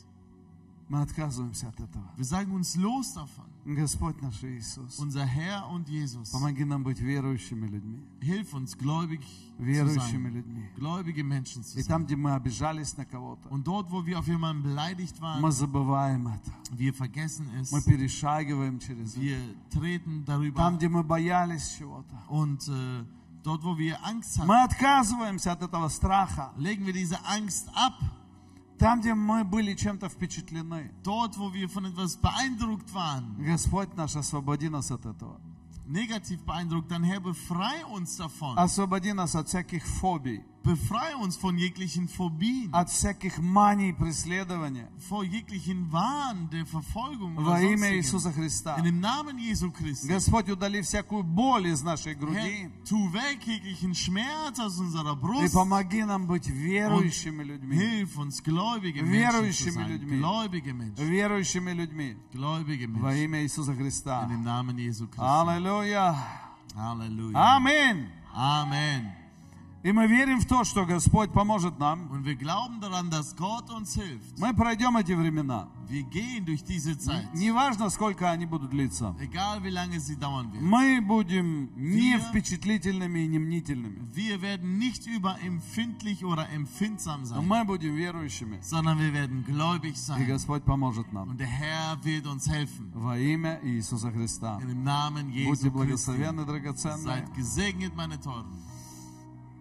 Speaker 1: Мы отказываемся от этого.
Speaker 2: Wir sagen uns los davon.
Speaker 1: Господь наш Иисус,
Speaker 2: Unser Herr und Jesus,
Speaker 1: помоги нам быть верующими людьми.
Speaker 2: hilf uns, gläubig zu
Speaker 1: Верующими
Speaker 2: sein.
Speaker 1: людьми.
Speaker 2: Gläubige Menschen zu
Speaker 1: И
Speaker 2: sein.
Speaker 1: там, где мы обижались на кого-то,
Speaker 2: Und dort, wo wir auf jemanden beleidigt
Speaker 1: мы
Speaker 2: waren,
Speaker 1: забываем это.
Speaker 2: wir vergessen es,
Speaker 1: Мы перешагиваем через это.
Speaker 2: wir treten
Speaker 1: Там,
Speaker 2: darüber
Speaker 1: где мы боялись чего-то.
Speaker 2: und äh, dort, wo wir Angst haben,
Speaker 1: Мы отказываемся от этого страха.
Speaker 2: legen wir diese Angst ab.
Speaker 1: Там, где мы были чем-то впечатлены.
Speaker 2: Dort, wo wir von etwas beeindruckt waren,
Speaker 1: Господь наш, освободи нас от этого.
Speaker 2: negativ beeindruckt, dann Herr, befrei uns davon.
Speaker 1: Освободи нас от всяких фобий,
Speaker 2: Befreie uns von jeglichen Phobien,
Speaker 1: от всяких маний преследования.
Speaker 2: vor jeglichen Wahn der Verfolgung.
Speaker 1: Во
Speaker 2: Oder
Speaker 1: имя
Speaker 2: sonstigen.
Speaker 1: Иисуса Христа.
Speaker 2: In dem Namen Jesu Christi.
Speaker 1: Господь, удали всякую боль из нашей груди.
Speaker 2: Herr, tu weg jeglichen Schmerz aus unserer
Speaker 1: И
Speaker 2: Brust.
Speaker 1: помоги нам быть верующими людьми.
Speaker 2: Hilf uns, gläubige Menschen zu
Speaker 1: Верующими
Speaker 2: sein.
Speaker 1: людьми.
Speaker 2: Gläubige Menschen.
Speaker 1: Верующими людьми.
Speaker 2: Gläubige
Speaker 1: Во
Speaker 2: Menschen.
Speaker 1: имя Иисуса Христа.
Speaker 2: In dem Namen Jesu Christi.
Speaker 1: Аллилуйя.
Speaker 2: Halleluja.
Speaker 1: Аминь.
Speaker 2: Amen.
Speaker 1: И мы верим в то, что Господь поможет нам.
Speaker 2: Und wir glauben daran, dass Gott uns hilft.
Speaker 1: Мы пройдем эти времена.
Speaker 2: Wir gehen durch diese Zeit.
Speaker 1: Неважно, сколько они будут длиться.
Speaker 2: Egal wie lange sie dauern wird.
Speaker 1: Мы будем не впечатлительными и не мнительными.
Speaker 2: Wir werden nicht überempfindlich oder empfindsam sein,
Speaker 1: Мы будем верующими.
Speaker 2: sondern wir werden gläubig
Speaker 1: И
Speaker 2: sein.
Speaker 1: Господь поможет нам.
Speaker 2: Und der Herr wird uns helfen.
Speaker 1: Во имя Иисуса Христа.
Speaker 2: In dem Namen
Speaker 1: Будьте
Speaker 2: Jesu Christi.
Speaker 1: благословенны, драгоценные.
Speaker 2: Seid gesegnet, meine Teuren.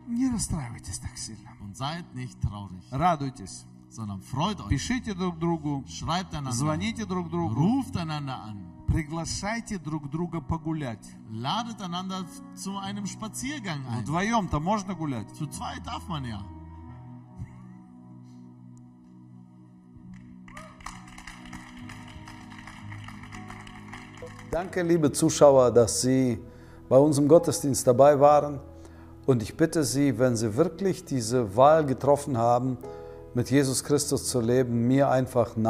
Speaker 1: Не расстраивайтесь так сильно.
Speaker 2: Und seid nicht traurig,
Speaker 1: Радуйтесь.
Speaker 2: sondern freut euch.
Speaker 1: Пишите друг другу.
Speaker 2: Schreibt einander.
Speaker 1: Звоните друг другу.
Speaker 2: Ruft einander an.
Speaker 1: Приглашайте друг друга погулять.
Speaker 2: Ladet einander zu einem Spaziergang ein.
Speaker 1: Вдвоем-то можно гулять?
Speaker 2: Zu zweit darf man ja.
Speaker 4: Danke, liebe Zuschauer, dass Sie bei uns im Gottesdienst dabei waren. Und ich bitte Sie, wenn Sie wirklich diese Wahl getroffen haben, mit Jesus Christus zu leben, mir einfach nach.